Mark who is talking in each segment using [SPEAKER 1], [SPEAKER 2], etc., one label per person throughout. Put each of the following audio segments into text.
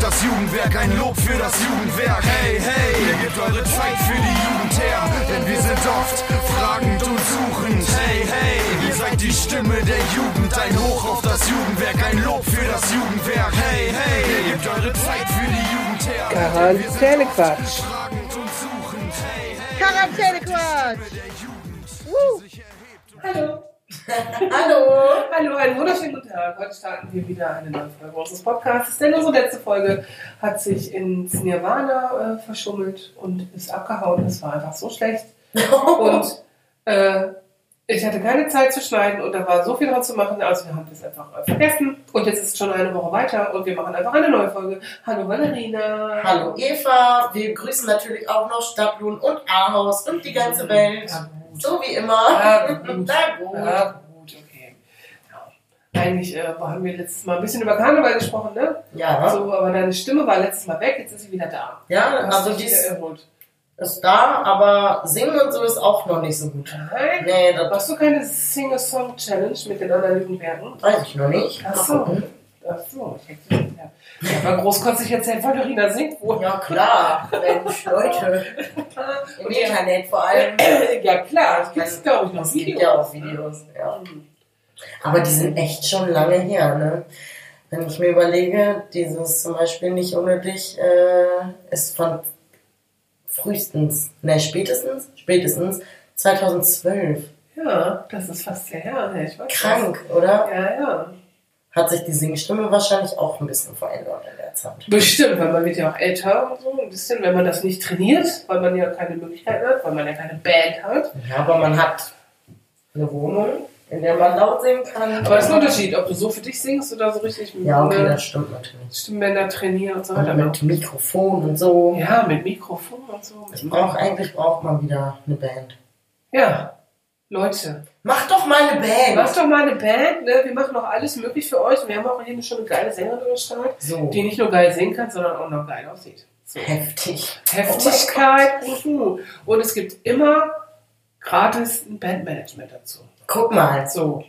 [SPEAKER 1] das Jugendwerk, ein Lob für das Jugendwerk. Hey, hey, ihr gebt eure Zeit für die Jugend her, denn wir sind oft fragend und suchend. Hey, hey, ihr seid die Stimme der Jugend, ein Hoch auf das Jugendwerk, ein Lob für das Jugendwerk. Hey, hey, ihr gebt eure Zeit für die Jugend her. denn wir sind oft
[SPEAKER 2] Quarantänequatsch.
[SPEAKER 1] fragend und suchend. Hey, hey,
[SPEAKER 2] Quarantänequatsch.
[SPEAKER 1] Stimme der Jugend,
[SPEAKER 2] Woo.
[SPEAKER 1] die sich erhebt.
[SPEAKER 3] Hallo. Hallo.
[SPEAKER 4] Hallo, einen wunderschönen guten Tag. Heute starten wir wieder eine neue Folge unseres Podcasts, denn unsere letzte Folge hat sich ins Nirvana äh, verschummelt und ist abgehauen. Es war einfach so schlecht. Und äh, ich hatte keine Zeit zu schneiden und da war so viel dran zu machen, also wir haben das einfach äh, vergessen. Und jetzt ist schon eine Woche weiter und wir machen einfach eine neue Folge. Hallo Valerina.
[SPEAKER 3] Hallo Eva. Wir grüßen natürlich auch noch Stablun und Ahaus und die ganze Welt.
[SPEAKER 4] Ja, gut.
[SPEAKER 3] So wie immer.
[SPEAKER 4] Ja, gut.
[SPEAKER 3] Na gut.
[SPEAKER 4] Ja, Ah, gut, okay. Ja. Eigentlich äh, haben wir letztes Mal ein bisschen über Karneval gesprochen, ne?
[SPEAKER 3] Ja.
[SPEAKER 4] So, aber deine Stimme war letztes Mal weg, jetzt ist sie wieder da.
[SPEAKER 3] Ja,
[SPEAKER 4] Hast
[SPEAKER 3] also
[SPEAKER 4] dich
[SPEAKER 3] die
[SPEAKER 4] wieder
[SPEAKER 3] ist,
[SPEAKER 4] erholt.
[SPEAKER 3] ist da, aber singen und so ist auch noch nicht so gut.
[SPEAKER 4] Nein.
[SPEAKER 3] Nee, das
[SPEAKER 4] Machst du keine Sing-a-Song-Challenge mit den anderen Jugendwerken?
[SPEAKER 3] weiß ich noch nicht.
[SPEAKER 4] Ach
[SPEAKER 3] Mal
[SPEAKER 4] so.
[SPEAKER 3] gucken.
[SPEAKER 4] Ach so, ich hätte schon gedacht. Ja, aber großkotzig erzählt, Valerina singt wohl.
[SPEAKER 3] Ja klar, Mensch, Leute. Im
[SPEAKER 4] Und ihr-
[SPEAKER 3] Internet vor allem.
[SPEAKER 4] Ja, klar, es gibt, glaube ich, noch
[SPEAKER 3] Es Also, gibt ja
[SPEAKER 4] Videos.
[SPEAKER 3] auch Videos, ja. Aber die sind echt schon lange her, ne? Wenn ich mir überlege, dieses zum Beispiel nicht ohne dich äh, ist von frühestens, ne, spätestens, spätestens 2012.
[SPEAKER 4] Ja, das ist fast sehr her, ne? ich weiß
[SPEAKER 3] Krank, oder?
[SPEAKER 4] das. Ja, ja.
[SPEAKER 3] Hat sich die Singstimme wahrscheinlich auch ein bisschen verändert in der Zeit.
[SPEAKER 4] Bestimmt, weil man wird ja auch älter und so ein bisschen, wenn man das nicht trainiert, weil man ja keine Möglichkeiten hat, weil man ja keine Band hat.
[SPEAKER 3] Ja, aber man hat eine Wohnung, in der man laut singen kann.
[SPEAKER 4] Aber es ist ein Unterschied, ob du so für dich singst oder so richtig mit
[SPEAKER 3] Ja, okay,
[SPEAKER 4] einer
[SPEAKER 3] das stimmt natürlich.
[SPEAKER 4] Stimmbänder trainieren und so weiter.
[SPEAKER 3] Und mit Mikrofon und so.
[SPEAKER 4] Ja, mit Mikrofon und so.
[SPEAKER 3] Ich brauch, eigentlich braucht man wieder eine Band.
[SPEAKER 4] Ja, Leute,
[SPEAKER 3] Mach doch mal eine Band!
[SPEAKER 4] macht doch mal eine Band, ne? Wir machen auch alles möglich für euch. Wir haben auch hier schon eine geile Sängerin am Start,
[SPEAKER 3] So.
[SPEAKER 4] die nicht nur geil singen kann, sondern auch noch geil aussieht. So.
[SPEAKER 3] Heftig. Oh
[SPEAKER 4] Heftigkeit. uhu. Und es gibt immer gratis ein Bandmanagement dazu.
[SPEAKER 3] Guck mal.
[SPEAKER 4] So.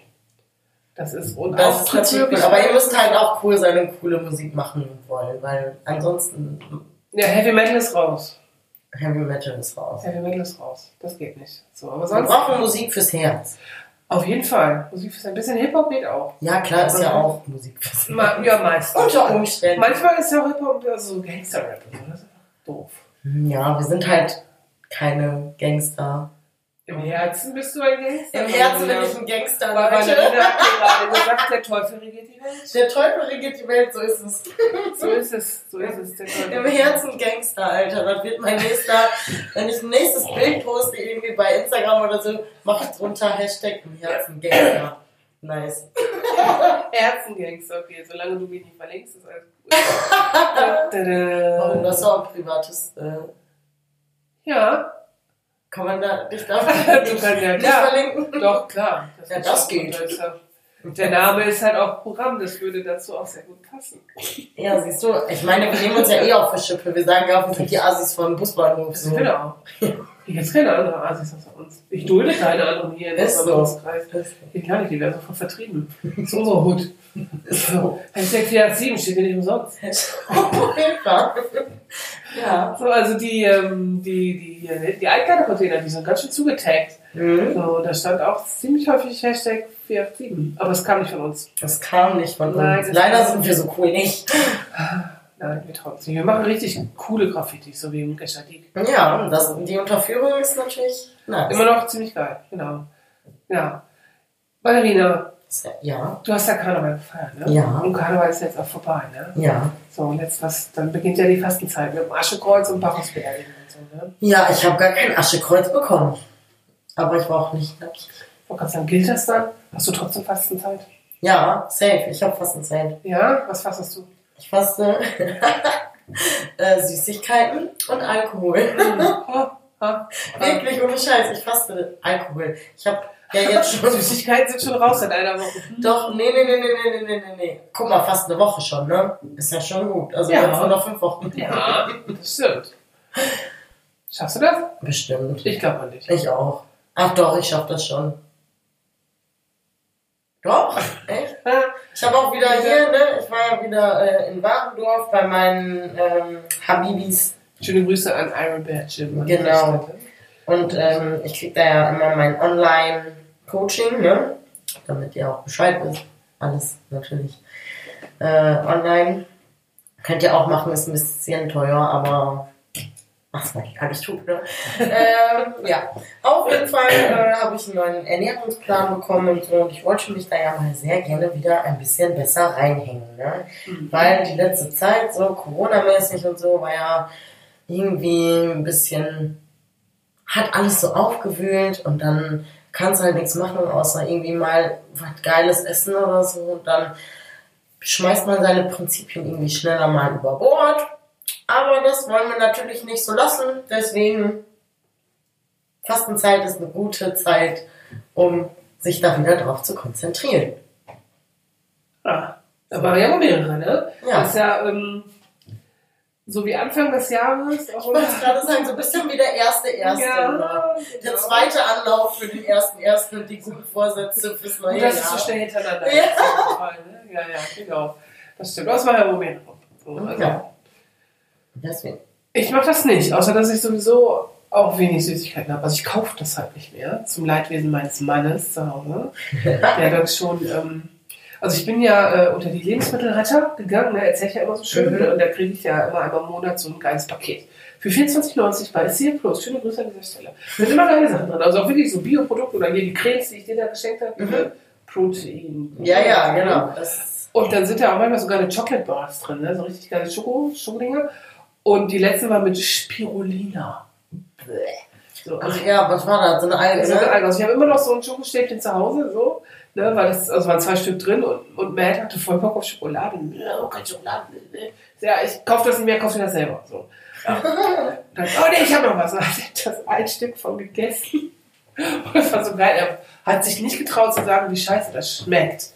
[SPEAKER 4] Das ist und
[SPEAKER 3] Das ist natürlich
[SPEAKER 4] Auftrittsmöglichkeiten.
[SPEAKER 3] cool. Aber ihr müsst halt auch cool sein und coole Musik machen wollen, weil ansonsten
[SPEAKER 4] Ja, Heavy Metal ist raus.
[SPEAKER 3] Heavy Metal ist raus.
[SPEAKER 4] Heavy Metal ist raus. Das geht nicht. So, aber
[SPEAKER 3] Wir
[SPEAKER 4] sonst.
[SPEAKER 3] brauchen Musik fürs Herz.
[SPEAKER 4] Auf jeden Fall. Musik ist ein bisschen Hip-Hop geht auch.
[SPEAKER 3] Ja, klar, ist ja
[SPEAKER 4] Mhm.
[SPEAKER 3] auch Musik fürs Herz.
[SPEAKER 4] Ma- Ja, meistens.
[SPEAKER 3] Unter Umständen.
[SPEAKER 4] Manchmal ist ja auch Hip-Hop also so Gangster-Rap und so. Das ist einfach doof.
[SPEAKER 3] Mhm, Ja, wir sind halt keine Gangster.
[SPEAKER 4] Im Herzen bist du ein Gangster.
[SPEAKER 3] Im Herzen bin
[SPEAKER 4] Valerina.
[SPEAKER 3] ich ein Gangster,
[SPEAKER 4] Aber
[SPEAKER 3] Leute.
[SPEAKER 4] Valerina hat gerade gesagt, der Teufel regiert die Welt.
[SPEAKER 3] Der Teufel regiert die Welt, so ist es.
[SPEAKER 4] So ist es. So ist es. Der Teufel.
[SPEAKER 3] Im Herzen Gangster, Alter. Das wird mein nächster, wenn ich ein nächstes Bild poste, irgendwie bei Instagram oder so, mache ich drunter Hashtag im Herzen Gangster. Nice.
[SPEAKER 4] Herzengangster. Okay, solange du mich nicht verlinkst, ist alles gut. Da, da,
[SPEAKER 3] Oh,
[SPEAKER 4] da.
[SPEAKER 3] das ist auch ein privates. Äh,
[SPEAKER 4] Ja,
[SPEAKER 3] kann man da dich da
[SPEAKER 4] Du kannst ja,
[SPEAKER 3] nicht
[SPEAKER 4] klar.
[SPEAKER 3] verlinken?
[SPEAKER 4] doch, klar.
[SPEAKER 3] Ja,
[SPEAKER 4] ist
[SPEAKER 3] das
[SPEAKER 4] auch
[SPEAKER 3] geht.
[SPEAKER 4] unter- Der Name ist halt auch Programm, das würde dazu auch sehr gut passen.
[SPEAKER 3] Ja, siehst du, ich meine, wir nehmen uns ja eh auf für Schippe. Wir sagen ja auch, wir sind die Assis von Busbahnhof.
[SPEAKER 4] Das
[SPEAKER 3] So.
[SPEAKER 4] will er auch. Hier gibt es keine anderen Asis außer uns. Ich dulde keine anderen hier in
[SPEAKER 3] Ist
[SPEAKER 4] unserem
[SPEAKER 3] so.
[SPEAKER 4] Hauskreis. Hier kann ich, die werden sofort vertrieben. Das ist unsere Hut. So. Hashtag 487 steht hier nicht umsonst.
[SPEAKER 3] Auf jeden Fall. Ja.
[SPEAKER 4] So, also die, ähm, die, die, die, die Altlader-Container, die sind ganz schön zugetaggt.
[SPEAKER 3] Mhm.
[SPEAKER 4] So, da stand auch ziemlich häufig Hashtag 487. Aber es kam nicht von uns.
[SPEAKER 3] Das kam nicht von uns.
[SPEAKER 4] Nein, das
[SPEAKER 3] Leider
[SPEAKER 4] kam-
[SPEAKER 3] sind wir so cool nicht.
[SPEAKER 4] Nein, wir trauen uns nicht. Wir machen richtig coole Graffitis, so wie im Geschadik.
[SPEAKER 3] Ja, das, die Unterführung ist natürlich nice.
[SPEAKER 4] Immer noch ziemlich geil, genau. Ja. Valerina,
[SPEAKER 3] Ja,
[SPEAKER 4] du hast ja Karneval gefeiert, ne?
[SPEAKER 3] Ja.
[SPEAKER 4] Und Karneval ist jetzt auch vorbei, ne?
[SPEAKER 3] ja.
[SPEAKER 4] So, und jetzt was, dann beginnt ja die Fastenzeit mit dem Aschekreuz und Bacchusbeerdigung und so, ne?
[SPEAKER 3] Ja, ich habe gar kein Aschekreuz bekommen. Aber ich war auch nicht nackig.
[SPEAKER 4] Und kannst dann gilt das dann? Hast du trotzdem Fastenzeit?
[SPEAKER 3] Ja, safe. Ich habe Fastenzeit.
[SPEAKER 4] Ja? Was fastest du?
[SPEAKER 3] Ich faste äh, Süßigkeiten und Alkohol.
[SPEAKER 4] Hm. ha, ha, ha.
[SPEAKER 3] Wirklich, ohne Scheiß. Ich faste Alkohol. Ich habe ja jetzt schon...
[SPEAKER 4] Süßigkeiten sind schon raus in einer Woche.
[SPEAKER 3] Doch, nee, nee, nee, nee, nee, nee, nee, nee, nee. Guck mal, fast eine Woche schon, ne? Ist ja schon gut. Also
[SPEAKER 4] Ja.
[SPEAKER 3] jetzt nur noch fünf Wochen.
[SPEAKER 4] Ja, das stimmt. Schaffst du das?
[SPEAKER 3] Bestimmt.
[SPEAKER 4] Ich glaube nicht.
[SPEAKER 3] Ich auch. Ach doch, ich schaff das schon. Doch? Echt?
[SPEAKER 4] Ah,
[SPEAKER 3] Ich Ich habe auch wieder hier, ne? Ich war ja wieder äh, in Warendorf bei meinen ähm, Habibis.
[SPEAKER 4] Schöne Grüße an Iron Bear Jim. an
[SPEAKER 3] Genau.
[SPEAKER 4] der Stelle.
[SPEAKER 3] Und ähm, ich kriege da ja immer mein Online-Coaching, ne? Damit ihr auch Bescheid wisst. Alles natürlich. Äh, online. Könnt ihr auch machen, ist ein bisschen teuer, aber was man gar nicht tut, ne? ähm, ja. Auf jeden Fall äh, habe ich einen neuen Ernährungsplan bekommen und so. Und ich wollte mich da ja mal sehr gerne wieder ein bisschen besser reinhängen, ne? Weil die letzte Zeit, so Corona-mäßig und so, war ja irgendwie ein bisschen hat alles so aufgewühlt und dann kannst halt nichts machen, außer irgendwie mal was Geiles essen oder so. Und dann schmeißt man seine Prinzipien irgendwie schneller mal über Bord. Aber das wollen wir natürlich nicht so lassen. Deswegen, Fastenzeit ist eine gute Zeit, um sich da wieder drauf zu konzentrieren.
[SPEAKER 4] Ah, da waren ja mal mehrere, ne?
[SPEAKER 3] Ja.
[SPEAKER 4] Das ist ja ähm, so wie Anfang des Jahres. Auch
[SPEAKER 3] Ich wollte es gerade sagen, so ein bisschen wie der erste erste. ne?
[SPEAKER 4] ja,
[SPEAKER 3] Der
[SPEAKER 4] genau.
[SPEAKER 3] zweite Anlauf für den ersten ersten und die guten Vorsätze fürs neue
[SPEAKER 4] Und
[SPEAKER 3] Jahr.
[SPEAKER 4] das ist so schnell hintereinander.
[SPEAKER 3] Ja.
[SPEAKER 4] Das ist auf jeden Fall, ne? ja, ja, genau. Das stimmt. Das war ja wohl mehr. So, also.
[SPEAKER 3] Ja. Deswegen.
[SPEAKER 4] Ich mache das nicht, außer dass ich sowieso auch wenig Süßigkeiten habe. Also ich kaufe das halt nicht mehr, zum Leidwesen meines Mannes zu Hause. Der dann schon, ähm, also ich bin ja äh, unter die Lebensmittelretter gegangen, ne, erzähle ich ja immer so schön,
[SPEAKER 3] Mhm.
[SPEAKER 4] ne, und da kriege ich ja immer einmal im Monat so ein geiles Paket. Für 24,90 bei Seal Plus, schöne Grüße an dieser Stelle. Da sind immer geile Sachen drin, also auch wirklich so Bioprodukte oder hier die Cremes, die ich dir da geschenkt habe,
[SPEAKER 3] Mhm.
[SPEAKER 4] Protein.
[SPEAKER 3] Ja, ja, genau. Das,
[SPEAKER 4] Und dann sind da auch manchmal so geile Chocolate Bars drin, ne? so richtig geile Schoko, Schokodinger. Und die letzte war mit Spirulina. Bäh. So, also,
[SPEAKER 3] ach ja, was war das? So eine
[SPEAKER 4] das
[SPEAKER 3] alte,
[SPEAKER 4] ist
[SPEAKER 3] ne?
[SPEAKER 4] also ich habe immer noch so ein Schokostäbchen zu Hause, so, ne? weil das, also waren zwei Stück drin und, und Matt hatte voll Bock auf Schokolade. Ja, oh, keine Schokolade. ne. Ja, ich kaufe das nicht mehr, kaufe mir das selber. So. Ja. Dann, oh nee, ich habe noch was. Er hat das ein Stück von gegessen. Und das war so geil. Er hat sich nicht getraut zu sagen, wie scheiße das schmeckt.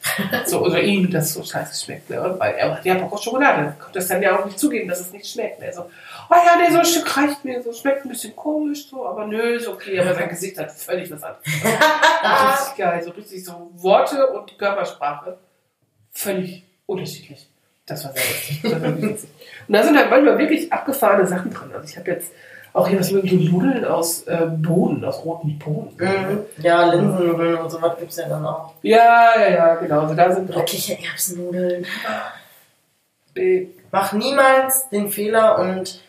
[SPEAKER 4] So, oder ihm das so scheiße schmeckt. Ne? Weil er macht, ja, ich brauche auch Schokolade. Das kann ja auch nicht zugeben, dass es nicht schmeckt. Ne? So, oh ja, nee, so ein Stück reicht mir. So schmeckt ein bisschen komisch, so, aber nö, ist okay. Aber sein Gesicht hat völlig was anderes. Ja, richtig geil. So richtig so Worte und Körpersprache. Völlig unterschiedlich. Das war sehr lustig. Das war wirklich witzig. Und da sind halt manchmal wirklich abgefahrene Sachen drin. Also ich habe jetzt auch hier was mit so Nudeln aus äh, Bohnen, aus roten Bohnen.
[SPEAKER 3] Mhm. Ja, Linsennudeln und sowas gibt's ja dann auch.
[SPEAKER 4] Ja, ja, ja, genau. Also da sind drin.
[SPEAKER 3] Dreckige Erbsennudeln.
[SPEAKER 4] Äh,
[SPEAKER 3] Mach niemals den Fehler und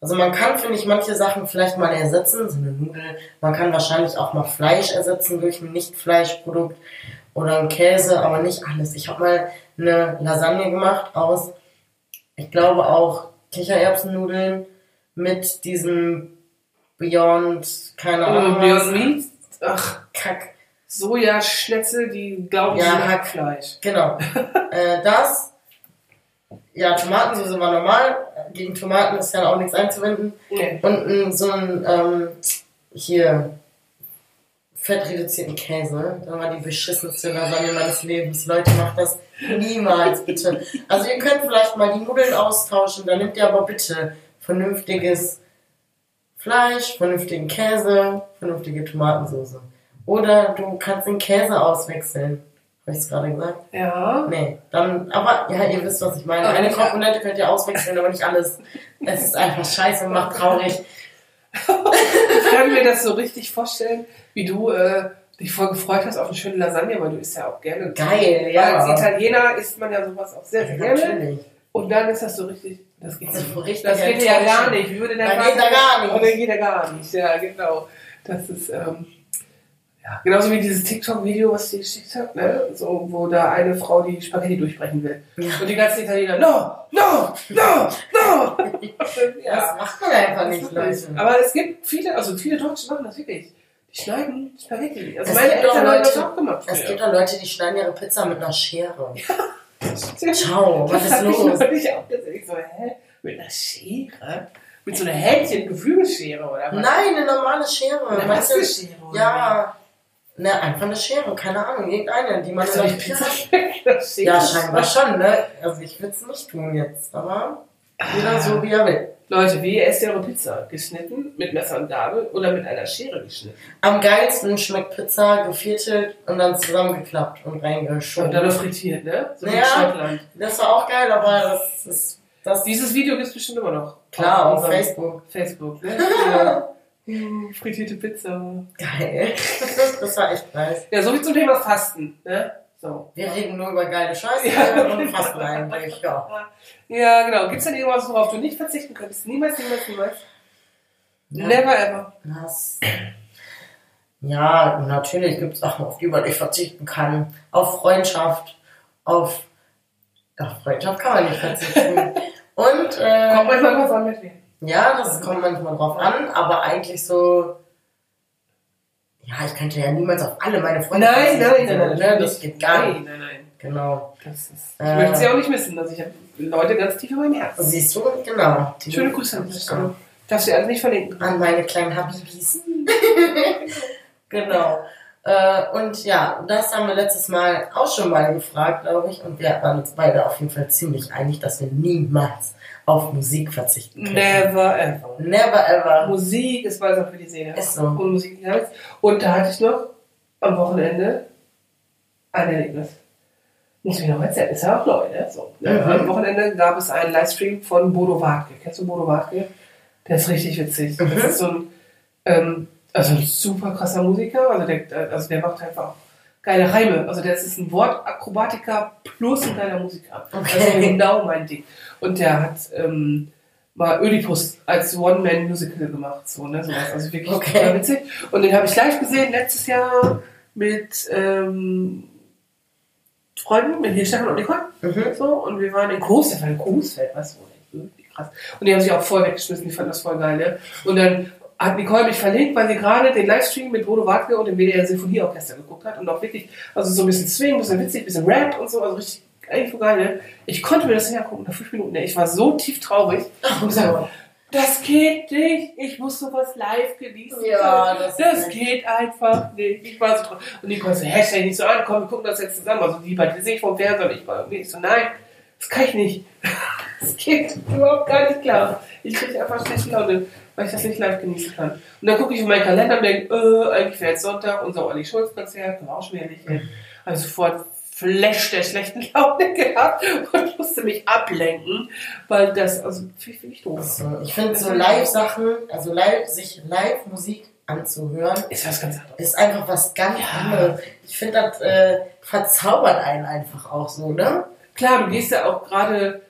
[SPEAKER 3] also man kann, finde ich, manche Sachen vielleicht mal ersetzen, so eine Nudel. Man kann wahrscheinlich auch mal Fleisch ersetzen durch ein Nicht-Fleischprodukt oder einen Käse, aber nicht alles. Ich habe mal eine Lasagne gemacht aus, ich glaube auch Kichererbsennudeln mit diesem Beyond, keine Ahnung, was,
[SPEAKER 4] Beyond Meat. Ach,
[SPEAKER 3] Kack.
[SPEAKER 4] Sojaschnetzel, die glauben,
[SPEAKER 3] Ja.
[SPEAKER 4] ja. sind Hackfleisch.
[SPEAKER 3] Genau. äh, das. Ja, Tomatensauce war normal. Gegen Tomaten ist ja auch nichts einzuwenden.
[SPEAKER 4] Nee.
[SPEAKER 3] Und ein, so ein, ähm, hier, fettreduzierten Käse. Das war die beschissenste Lasagne meines Lebens. Leute, macht das niemals, bitte. Also ihr könnt vielleicht mal die Nudeln austauschen, dann nehmt ihr aber bitte vernünftiges Fleisch, vernünftigen Käse, vernünftige Tomatensauce. Oder du kannst den Käse auswechseln. Habe ich es gerade gesagt?
[SPEAKER 4] Ja.
[SPEAKER 3] Nee, dann, aber ja, ihr wisst, was ich meine.
[SPEAKER 4] Okay.
[SPEAKER 3] Eine Komponente könnt ihr auswechseln, aber nicht alles. Es ist einfach scheiße und macht traurig.
[SPEAKER 4] Ich kann mir das so richtig vorstellen, wie du äh, dich voll gefreut hast auf eine schöne Lasagne, weil du isst ja auch gerne.
[SPEAKER 3] Geil,
[SPEAKER 4] Weil
[SPEAKER 3] ja.
[SPEAKER 4] Als Italiener isst man ja sowas auch sehr, sehr gerne.
[SPEAKER 3] Natürlich.
[SPEAKER 4] Und dann ist das so richtig, das geht
[SPEAKER 3] Das ist
[SPEAKER 4] nicht.
[SPEAKER 3] richtig
[SPEAKER 4] Das geht ja
[SPEAKER 3] enttäuschend.
[SPEAKER 4] gar nicht. Wie würde der
[SPEAKER 3] Dann
[SPEAKER 4] Vater-
[SPEAKER 3] geht er gar nicht.
[SPEAKER 4] Und dann geht er gar nicht. Ja, genau. Das ist, ähm, ja, genauso wie dieses TikTok-Video, was sie geschickt hat, ne? So, wo da eine Frau die Spaghetti durchbrechen will.
[SPEAKER 3] Ja.
[SPEAKER 4] Und die ganzen Italiener, no, no, no, no!
[SPEAKER 3] Das macht man einfach nicht, Leute.
[SPEAKER 4] Aber es gibt viele, also viele Deutsche machen das wirklich. Die schneiden Spaghetti. Also
[SPEAKER 3] Es
[SPEAKER 4] meine
[SPEAKER 3] gibt doch
[SPEAKER 4] Eltern haben das
[SPEAKER 3] Leute-
[SPEAKER 4] auch gemacht.
[SPEAKER 3] Es
[SPEAKER 4] früher.
[SPEAKER 3] gibt doch Leute, die schneiden ihre Pizza mit einer Schere.
[SPEAKER 4] das
[SPEAKER 3] Ciao, was ist
[SPEAKER 4] hab ich
[SPEAKER 3] los?
[SPEAKER 4] neulich auch gesehen. Ich so, hä? Mit einer Schere? Mit so einer Hähnchen-Geflügelschere oder was?
[SPEAKER 3] Nein, eine normale Schere.
[SPEAKER 4] Eine
[SPEAKER 3] Weißt du-
[SPEAKER 4] Bastelschere, oder?
[SPEAKER 3] Ja. Ne, einfach eine Schere, keine Ahnung, irgendeine, die man
[SPEAKER 4] Also
[SPEAKER 3] in
[SPEAKER 4] ich
[SPEAKER 3] der
[SPEAKER 4] Pizza
[SPEAKER 3] Pizza-
[SPEAKER 4] schmeckt mit einer Schere.
[SPEAKER 3] Ja, scheinbar schon, ne? Also ich würde es nicht tun jetzt, aber Jeder so, wie er will.
[SPEAKER 4] Leute, wie esst ihr eure Pizza? Geschnitten, mit Messer und Gabel oder mit einer Schere geschnitten?
[SPEAKER 3] Am geilsten schmeckt Pizza geviertelt und dann zusammengeklappt und reingeschoben.
[SPEAKER 4] Und dann noch frittiert, ne? So wie in
[SPEAKER 3] Ja.
[SPEAKER 4] Schottland.
[SPEAKER 3] Das war auch geil, aber das ist. Das
[SPEAKER 4] Dieses Video gibt es bestimmt immer noch.
[SPEAKER 3] klar, auf
[SPEAKER 4] unserem
[SPEAKER 3] Facebook.
[SPEAKER 4] Facebook, ne? ja. Hm, Frittierte Pizza.
[SPEAKER 3] Geil. das war echt nice.
[SPEAKER 4] Ja, soviel zum Thema Fasten, ne? So.
[SPEAKER 3] Wir reden nur über geile Scheiße
[SPEAKER 4] Ja.
[SPEAKER 3] und fassen eigentlich, ja.
[SPEAKER 4] Ja, genau. Gibt es denn irgendwas, worauf du nicht verzichten könntest? Niemals, niemals, niemals.
[SPEAKER 3] Ja.
[SPEAKER 4] Never ever.
[SPEAKER 3] Das. Ja, natürlich gibt es Sachen, auf die man nicht verzichten kann. Auf Freundschaft, auf. Auf Freundschaft kann man nicht verzichten. Und, äh,
[SPEAKER 4] Kommt manchmal was an mit mir.
[SPEAKER 3] ja, das kommt manchmal drauf an, aber eigentlich so. Ja, ich könnte ja niemals auf alle meine Freunde
[SPEAKER 4] Nein, nein, nein, nein,
[SPEAKER 3] ne? Das geht gar nicht.
[SPEAKER 4] Nein, nein, nein.
[SPEAKER 3] Genau.
[SPEAKER 4] Das ist, ich
[SPEAKER 3] Äh.
[SPEAKER 4] möchte sie auch nicht missen. Also ich habe Leute ganz tief in meinem Herzen.
[SPEAKER 3] Siehst du, genau. Die-
[SPEAKER 4] Schöne Grüße an dich. Darfst du alles nicht verlinken.
[SPEAKER 3] an meine kleinen Habibis. genau. Äh, und ja, das haben wir letztes Mal auch schon mal gefragt, glaube ich. Und wir waren uns beide auf jeden Fall ziemlich einig, dass wir niemals auf Musik verzichten können.
[SPEAKER 4] Never ever.
[SPEAKER 3] Never ever.
[SPEAKER 4] Musik ist balsam für die Seele.
[SPEAKER 3] Ist so.
[SPEAKER 4] Und Musik ist alles. Und da hatte ich noch am Wochenende ein Erlebnis. Muss ich mir noch erzählen, ist ja auch neu, ne? So, ne?
[SPEAKER 3] Mhm.
[SPEAKER 4] Am Wochenende gab es einen Livestream von Bodo Wartke. Kennst du Bodo Wartke? Der ist richtig witzig.
[SPEAKER 3] Mhm.
[SPEAKER 4] Das ist so ein, ähm, also ein super krasser Musiker. Also der, also der macht einfach geile Reime. Also der ist ein Wortakrobatiker plus ein geiler Musiker. Das ist
[SPEAKER 3] Okay.
[SPEAKER 4] genau mein Ding. Und der hat ähm, mal Oedipus als One-Man-Musical gemacht. So, ne? Sowas. Also wirklich
[SPEAKER 3] Okay.
[SPEAKER 4] total witzig. Und den habe ich live gesehen letztes Jahr mit ähm, Freunden, mit hier Stefan und Nicole.
[SPEAKER 3] Mhm.
[SPEAKER 4] So, und wir waren in Coesfeld, wir waren in Oh, Coesfeld, weißt du, irgendwie ne, krass. Und die haben sich auch voll weggeschmissen, die fanden das voll geil, ne? Und dann hat Nicole mich verlinkt, weil sie gerade den Livestream mit Bodo Wartke und dem WDR Sinfonieorchester geguckt hat und auch wirklich, also so ein bisschen Swing, ein bisschen witzig, ein bisschen Rap und so, also richtig eigentlich voll geil, ne? Ich konnte mir das nicht angucken nach fünf Minuten, ne? Ich war so tief traurig und gesagt, das geht nicht, ich muss sowas live genießen.
[SPEAKER 3] Ja, das ist
[SPEAKER 4] das
[SPEAKER 3] echt-
[SPEAKER 4] geht einfach nicht. Ich war so drauf. Und die konnte so, hä, stell dich nicht so an, komm, wir gucken das jetzt zusammen. Also die beiden sich vom Fernseher und ich war irgendwie so, nein, das kann ich nicht. Das geht überhaupt gar nicht klar. Ich kriege einfach schlechte Laune, weil ich das nicht live genießen kann. Und dann gucke ich in meinen Kalender und denke, äh, eigentlich wäre jetzt Sonntag, unser Olli Schulz-Konzert, können wir auch schon wieder nicht hin. Habe ich sofort Flash der schlechten Laune gehabt und musste mich ablenken, weil das, also, finde ich- finde ich doof.
[SPEAKER 3] So, Also, ich finde so Live-Sachen, also live, sich Live-Musik anzuhören,
[SPEAKER 4] Ist was ganz anderes.
[SPEAKER 3] ist einfach was ganz anderes. Ich finde, das äh, verzaubert einen einfach auch so, ne?
[SPEAKER 4] Klar, du gehst ja auch gerade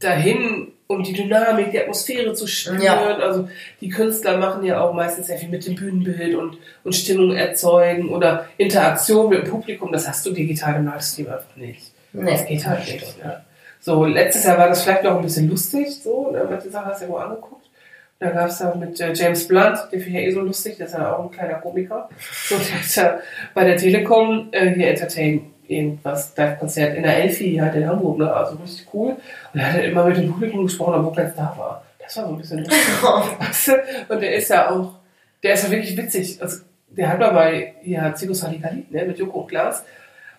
[SPEAKER 4] dahin, um die Dynamik, die Atmosphäre zu spüren.
[SPEAKER 3] Ja.
[SPEAKER 4] Also die Künstler machen ja auch meistens sehr viel mit dem Bühnenbild und, und Stimmung erzeugen oder Interaktion mit dem Publikum. Das hast du digital im Livestream einfach nicht. Das
[SPEAKER 3] Nee.
[SPEAKER 4] geht halt nicht. Ne? So, letztes Jahr war das vielleicht noch ein bisschen lustig, so, ne? manche Sachen hast du ja wohl angeguckt. Und dann gab es da mit äh, James Blunt, den finde ich ja eh so lustig, der ist ja auch ein kleiner Komiker. So, der hat ja bei der Telekom äh, hier Entertain irgendwas, Live-Konzert in der Elfi halt in Hamburg, ne? also richtig cool. Und er hat dann immer mit dem Publikum gesprochen, obwohl keins da war. Das war so ein bisschen lustig. Weißt du? Und der ist ja auch, der ist ja wirklich witzig. Also, der hat mal bei ja, Zirkus Halligalli, ne, mit Joko und Klaas,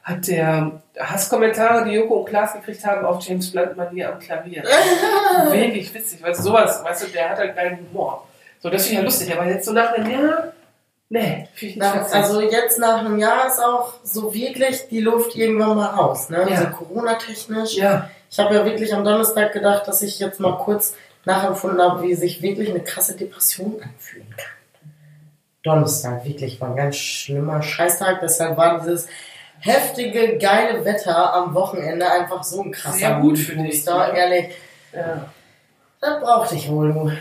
[SPEAKER 4] hat der Hasskommentare, die Joko und Klaas gekriegt haben, auf James Blunt Manier am Klavier. wirklich witzig, weil sowas, weißt du, der hat halt keinen Humor. So, das finde ich ja lustig, aber jetzt so nach einem Jahr, nee, finde ich nicht
[SPEAKER 3] Na,
[SPEAKER 4] witzig.
[SPEAKER 3] also jetzt nach einem Jahr ist auch so wirklich die Luft irgendwann mal raus, ne?
[SPEAKER 4] Ja.
[SPEAKER 3] Also Corona-technisch.
[SPEAKER 4] ja,
[SPEAKER 3] Ich habe ja wirklich am Donnerstag gedacht, dass ich jetzt mal kurz nachempfunden habe, wie sich wirklich eine krasse Depression anfühlen kann. Donnerstag, wirklich, war ein ganz schlimmer Scheißtag. Deshalb war dieses heftige, geile Wetter am Wochenende einfach so ein krasser
[SPEAKER 4] Sehr gut für dich,
[SPEAKER 3] Booster,
[SPEAKER 4] ne?
[SPEAKER 3] ehrlich.
[SPEAKER 4] ja.
[SPEAKER 3] Das brauchte ich wohl, du.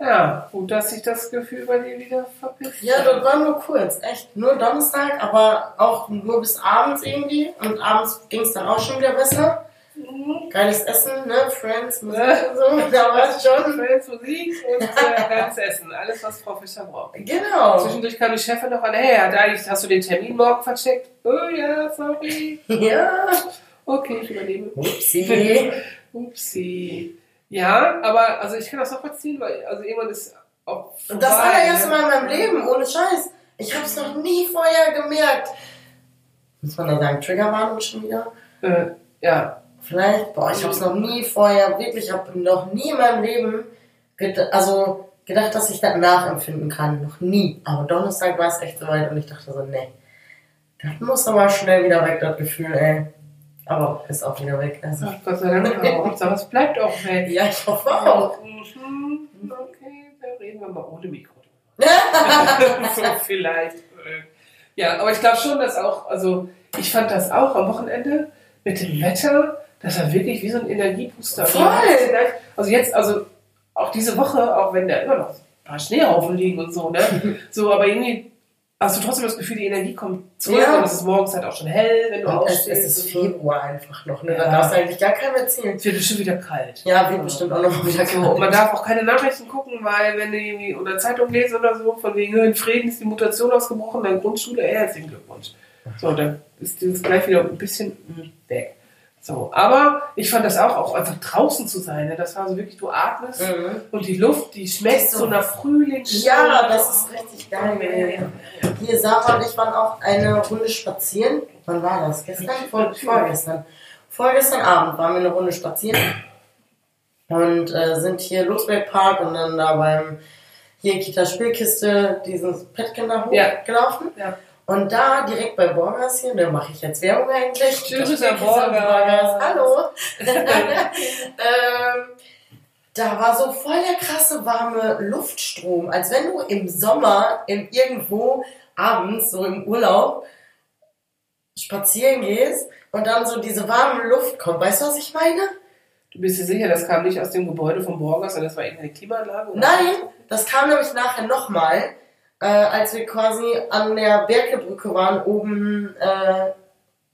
[SPEAKER 4] Ja, gut, dass sich das Gefühl bei dir wieder verpisst.
[SPEAKER 3] Ja,
[SPEAKER 4] hat.
[SPEAKER 3] das war nur kurz, echt. Nur Donnerstag, aber auch nur bis abends irgendwie. Und abends ging es dann auch schon wieder besser. Geiles Essen, ne? Friends, Musik und so. Da war es schon.
[SPEAKER 4] Friends, Musik und äh, geiles Essen. Alles, was Frau Fischer braucht.
[SPEAKER 3] Genau.
[SPEAKER 4] Zwischendurch kam die Chefin noch an, hey, hat eigentlich, hast du den Termin morgen vercheckt? Oh ja, sorry.
[SPEAKER 3] Ja.
[SPEAKER 4] Okay, ich überlebe.
[SPEAKER 3] Upsi.
[SPEAKER 4] Upsi. Ja, aber also ich kann das nachvollziehen, weil also irgendwann ist auch.
[SPEAKER 3] Und
[SPEAKER 4] vorbei,
[SPEAKER 3] Das allererste
[SPEAKER 4] ne?
[SPEAKER 3] Mal in meinem Leben, ohne Scheiß. Ich hab's noch nie vorher gemerkt. Muss man da sagen, Triggerwarnung schon wieder?
[SPEAKER 4] Äh, ja.
[SPEAKER 3] Vielleicht, boah, ich habe es noch nie vorher, wirklich, ich habe noch nie in meinem Leben ged also gedacht, dass ich das nachempfinden kann. Noch nie. Aber Donnerstag war es echt soweit und ich dachte so, nee, das muss aber schnell wieder weg, das Gefühl, ey. Aber ist auch wieder weg. Also.
[SPEAKER 4] Ach, Gott sei Dank auch. Ich sag, es bleibt auch weg.
[SPEAKER 3] Ja, ich hoffe auch.
[SPEAKER 4] Mhm, Okay, da reden wir mal ohne Mikro. so vielleicht. äh, Ja, aber ich glaube schon, dass auch, also ich fand das auch am Wochenende mit dem Wetter, das war wirklich wie so ein Energiebooster.
[SPEAKER 3] Voll!
[SPEAKER 4] Also jetzt, also auch diese Woche, auch wenn da immer noch ein paar Schneehaufen liegen und so, ne? So, aber irgendwie hast du trotzdem das Gefühl, die Energie kommt zurück
[SPEAKER 3] Ja.
[SPEAKER 4] und es ist morgens halt auch schon hell, wenn du
[SPEAKER 3] Und es,
[SPEAKER 4] aufstehst.
[SPEAKER 3] es ist
[SPEAKER 4] und so.
[SPEAKER 3] Februar einfach noch, ne? Da
[SPEAKER 4] Ja.
[SPEAKER 3] darfst du eigentlich gar keinem erzählen.
[SPEAKER 4] Es wird bestimmt wieder kalt.
[SPEAKER 3] Ja, wird bestimmt auch noch mal wieder
[SPEAKER 4] So, Also, und man
[SPEAKER 3] kalt.
[SPEAKER 4] darf auch keine Nachrichten gucken, weil wenn du irgendwie oder Zeitung lest oder so, von wegen in Frieden ist die Mutation ausgebrochen, dann Grundschule, er herzlichen Glückwunsch. So, dann ist dieses gleich wieder ein bisschen mm, weg. So, aber ich fand das auch, auch einfach draußen zu sein. Ne? Das war so wirklich, du atmest
[SPEAKER 3] Mhm.
[SPEAKER 4] und die Luft, die schmeckt so nach Frühling.
[SPEAKER 3] Ja, das ist richtig geil. Hier, Sarah und ich waren auch eine Runde spazieren. Wann war das? Gestern? Vor, vorgestern. Vorgestern Abend waren wir eine Runde spazieren und äh, sind hier Losberg Park und dann da beim hier Kita Spielkiste diesen Petkinderhof
[SPEAKER 4] Ja.
[SPEAKER 3] gelaufen.
[SPEAKER 4] Ja.
[SPEAKER 3] Und da direkt bei Borgers hier, da mache ich jetzt Werbung eigentlich.
[SPEAKER 4] Tschüss,
[SPEAKER 3] Tschüss,
[SPEAKER 4] Herr Borgers.
[SPEAKER 3] Hallo. ähm, da war so voll der krasse warme Luftstrom, als wenn du im Sommer im irgendwo abends so im Urlaub spazieren gehst und dann so diese warme Luft kommt. Weißt du, was ich meine?
[SPEAKER 4] Du bist dir sicher, das kam nicht aus dem Gebäude von Borgers, sondern das war irgendeine Klimaanlage? oder?
[SPEAKER 3] Nein, das kam nämlich nachher nochmal, äh, als wir quasi an der Berkebrücke waren, oben äh,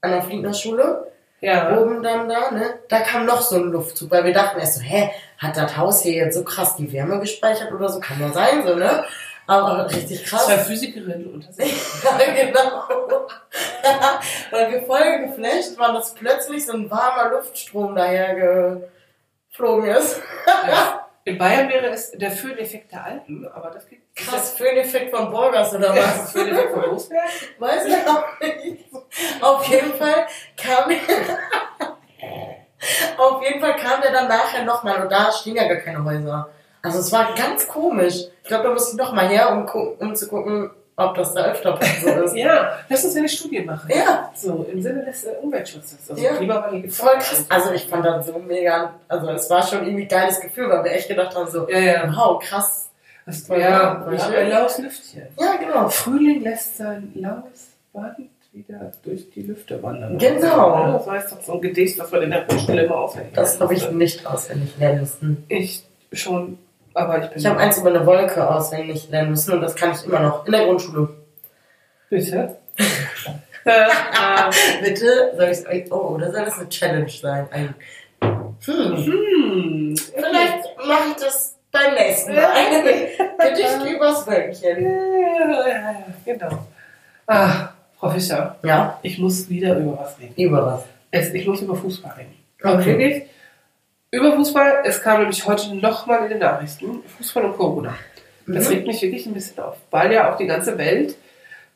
[SPEAKER 3] an der Fliegner Schule,
[SPEAKER 4] Ja.
[SPEAKER 3] oben dann da, ne? Da kam noch so ein Luftzug, weil wir dachten erst so, hä, hat das Haus hier jetzt so krass die Wärme gespeichert oder so? Kann ja sein, so, ne? Aber richtig krass.
[SPEAKER 4] Zwei Physikerinnen unter sich.
[SPEAKER 3] Ja, genau. Weil wir voll geflasht waren, dass plötzlich so ein warmer Luftstrom daher geflogen ist.
[SPEAKER 4] Ja. In Bayern wäre es der Föhneffekt der Alpen, aber das geht
[SPEAKER 3] Krass, Föhneffekt von Borgers oder was?
[SPEAKER 4] Das würde ich von loswerden.
[SPEAKER 3] Weiß ich auch nicht. Auf jeden Fall kam Auf jeden Fall kam der dann nachher nochmal und da stehen ja gar keine Häuser. Also es war ganz komisch. Ich glaube, da musste ich nochmal her, um, gu- um zu gucken, ob das da öfter so ist.
[SPEAKER 4] Ja, lass uns eine Studie machen.
[SPEAKER 3] ja,
[SPEAKER 4] So, im Sinne des äh, Umweltschutzes. Also
[SPEAKER 3] Ja.
[SPEAKER 4] Klimawandel gibt es
[SPEAKER 3] voll krass. Also ich fand das so mega, also es war schon irgendwie ein geiles Gefühl, weil wir echt gedacht haben so,
[SPEAKER 4] Ja, ja.
[SPEAKER 3] wow, krass.
[SPEAKER 4] Das
[SPEAKER 3] Voll
[SPEAKER 4] ja,
[SPEAKER 3] schön.
[SPEAKER 4] wir haben ein laues Lüftchen.
[SPEAKER 3] Ja, genau.
[SPEAKER 4] Frühling lässt sein laues Band wieder durch die Lüfte wandern.
[SPEAKER 3] Genau.
[SPEAKER 4] Das heißt doch so ein Gedicht, was man in der Grundschule immer aufhängt.
[SPEAKER 3] Das habe ich nicht auswendig lernen müssen.
[SPEAKER 4] Ich schon, aber ich bin.
[SPEAKER 3] Ich habe eins über eine Wolke auswendig lernen müssen und das kann ich immer noch in der Grundschule.
[SPEAKER 4] Bitte. Äh, äh,
[SPEAKER 3] Bitte, soll ich euch. Oh, oder soll das eine Challenge sein? Ein, hm,
[SPEAKER 4] hm.
[SPEAKER 3] vielleicht mache ich das beim nächsten Mal. Gedicht übers Wölkchen.
[SPEAKER 4] Äh, Genau. Ah, Frau Fischer.
[SPEAKER 3] Ja,
[SPEAKER 4] Ich muss wieder über was reden.
[SPEAKER 3] über was?
[SPEAKER 4] Es, ich muss über Fußball reden.
[SPEAKER 3] Okay.
[SPEAKER 4] Wirklich? Über Fußball, es kam nämlich heute nochmal in den Nachrichten, Fußball und Corona. Das
[SPEAKER 3] Mhm.
[SPEAKER 4] regt mich wirklich ein bisschen auf, weil ja auch die ganze Welt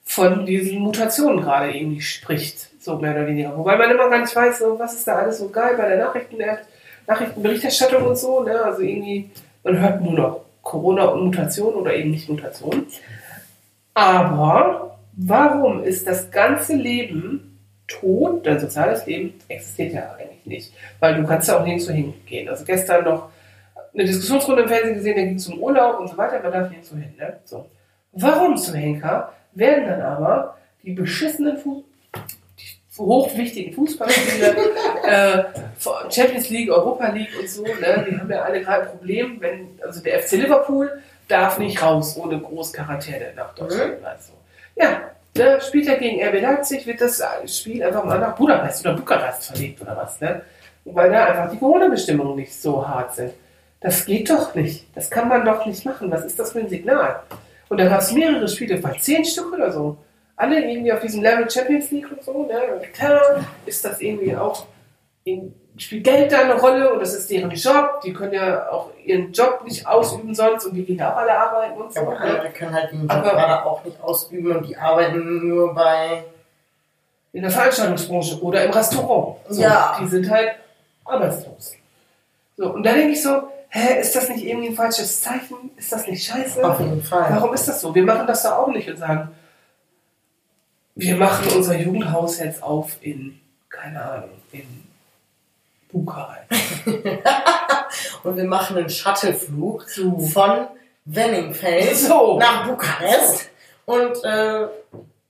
[SPEAKER 4] von diesen Mutationen gerade irgendwie spricht, so mehr oder weniger. Wobei man immer gar nicht weiß, so, was ist da alles so geil bei der Nachrichten Nachrichtenberichterstattung und so. Ne? Also irgendwie, man hört nur noch Corona und Mutation oder eben nicht Mutation. Aber warum ist das ganze Leben tot? Dein soziales Leben existiert ja eigentlich nicht, weil du kannst ja auch nirgendwo hingehen. Also gestern noch eine Diskussionsrunde im Fernsehen gesehen, da ging es um Urlaub und so weiter, man darf nirgendwo hin. Ne? So. Warum zum Henker werden dann aber die beschissenen Fuß die hochwichtigen Fußballspiele, äh, Champions League, Europa League und so, ne? die haben ja alle gerade ein Problem, wenn, also der FC Liverpool darf nicht raus ohne Großcharaktere nach Deutschland. Also. Ja, ne? spielt er gegen RB Leipzig, wird das Spiel einfach mal nach Budapest oder Bukarest verlegt oder was, ne? Weil da einfach die Corona-Bestimmungen nicht so hart sind. Das geht doch nicht. Das kann man doch nicht machen. Was ist das für ein Signal? Und da gab es mehrere Spiele, bei zehn Stück oder so. Alle irgendwie auf diesem Level Champions League und so. Ne? Klar ist das irgendwie auch, in- spielt Geld da eine Rolle und das ist deren Job. Die können ja auch ihren Job nicht ausüben sonst und die gehen ja auch alle arbeiten und so.
[SPEAKER 3] Aber
[SPEAKER 4] Ne?
[SPEAKER 3] andere können halt den Job
[SPEAKER 4] Aber-
[SPEAKER 3] gerade auch nicht ausüben und die arbeiten nur bei.
[SPEAKER 4] In der Veranstaltungsbranche oder im Restaurant.
[SPEAKER 3] Ja.
[SPEAKER 4] Die sind halt arbeitslos. So, und dann denke ich so, hä, ist das nicht irgendwie ein falsches Zeichen? Ist das nicht scheiße?
[SPEAKER 3] Auf jeden Fall.
[SPEAKER 4] Warum ist das so? Wir machen das da auch nicht und sagen, wir machen unser Jugendhaus jetzt auf in, keine Ahnung, in Bukarest.
[SPEAKER 3] Und wir machen einen Shuttleflug
[SPEAKER 4] So.
[SPEAKER 3] von Wenningfeld
[SPEAKER 4] So.
[SPEAKER 3] nach Bukarest. Und äh,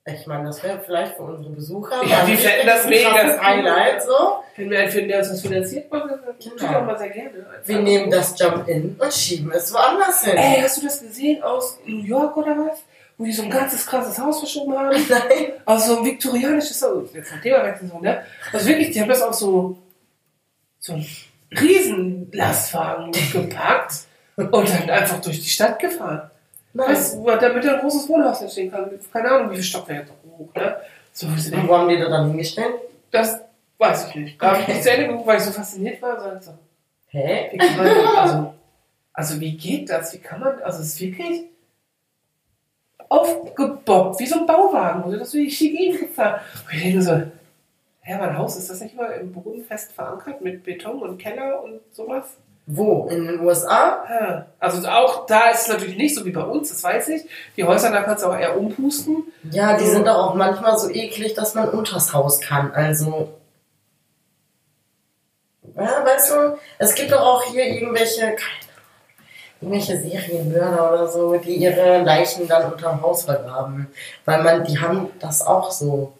[SPEAKER 3] ich meine, das wäre vielleicht für unsere Besucher
[SPEAKER 4] Ja,
[SPEAKER 3] mal
[SPEAKER 4] die
[SPEAKER 3] ein
[SPEAKER 4] fänden das
[SPEAKER 3] richtig
[SPEAKER 4] mega
[SPEAKER 3] krasses
[SPEAKER 4] cool.
[SPEAKER 3] Highlight. So.
[SPEAKER 4] Wenn wir einen finden, der uns das finanziert, machen wir das tut
[SPEAKER 3] Genau.
[SPEAKER 4] doch mal sehr gerne.
[SPEAKER 3] Wir nehmen das Jump-In und schieben es woanders hin.
[SPEAKER 4] Ey, hast du das gesehen aus New York oder was? Wo die so ein ganzes krasses Haus verschoben haben?
[SPEAKER 3] Nein.
[SPEAKER 4] Aus so ein viktorianisches Haus. Jetzt ein Thema wechseln, so, ne? Also wirklich, die haben das auf so, so einen Riesenlastwagen gepackt und dann einfach durch die Stadt gefahren. Weißt
[SPEAKER 3] Nice.
[SPEAKER 4] du, damit da ein großes Wohnhaus entstehen kann. Keine Ahnung, wie viel Stockwerke hoch, ne? So, wo ich so denke,
[SPEAKER 3] Und wo haben die da dann hingestellt?
[SPEAKER 4] das weiß ich nicht. Da habe ich nicht zu Ende geguckt, weil ich so fasziniert war. sondern so,
[SPEAKER 3] Hä?
[SPEAKER 4] wie kann man, also, also wie geht das? Wie kann man, also es ist wirklich aufgebobbt, wie so ein Bauwagen, wo du das durch die Gegend gefahren. Und ich denke so, hä, mein Haus, ist das nicht mal im Boden fest verankert mit Beton und Keller und sowas?
[SPEAKER 3] Wo? In den USA?
[SPEAKER 4] Ah, Also auch da ist es natürlich nicht so wie bei uns, das weiß ich. Die Häuser, da kannst du auch eher umpusten.
[SPEAKER 3] Ja, die sind doch auch manchmal so eklig, dass man unters Haus kann. Also. Ja, weißt du, es gibt doch auch hier irgendwelche, keine Ahnung, irgendwelche Serienmörder oder so, die ihre Leichen dann unterm Haus vergraben. Weil man, die haben das auch so.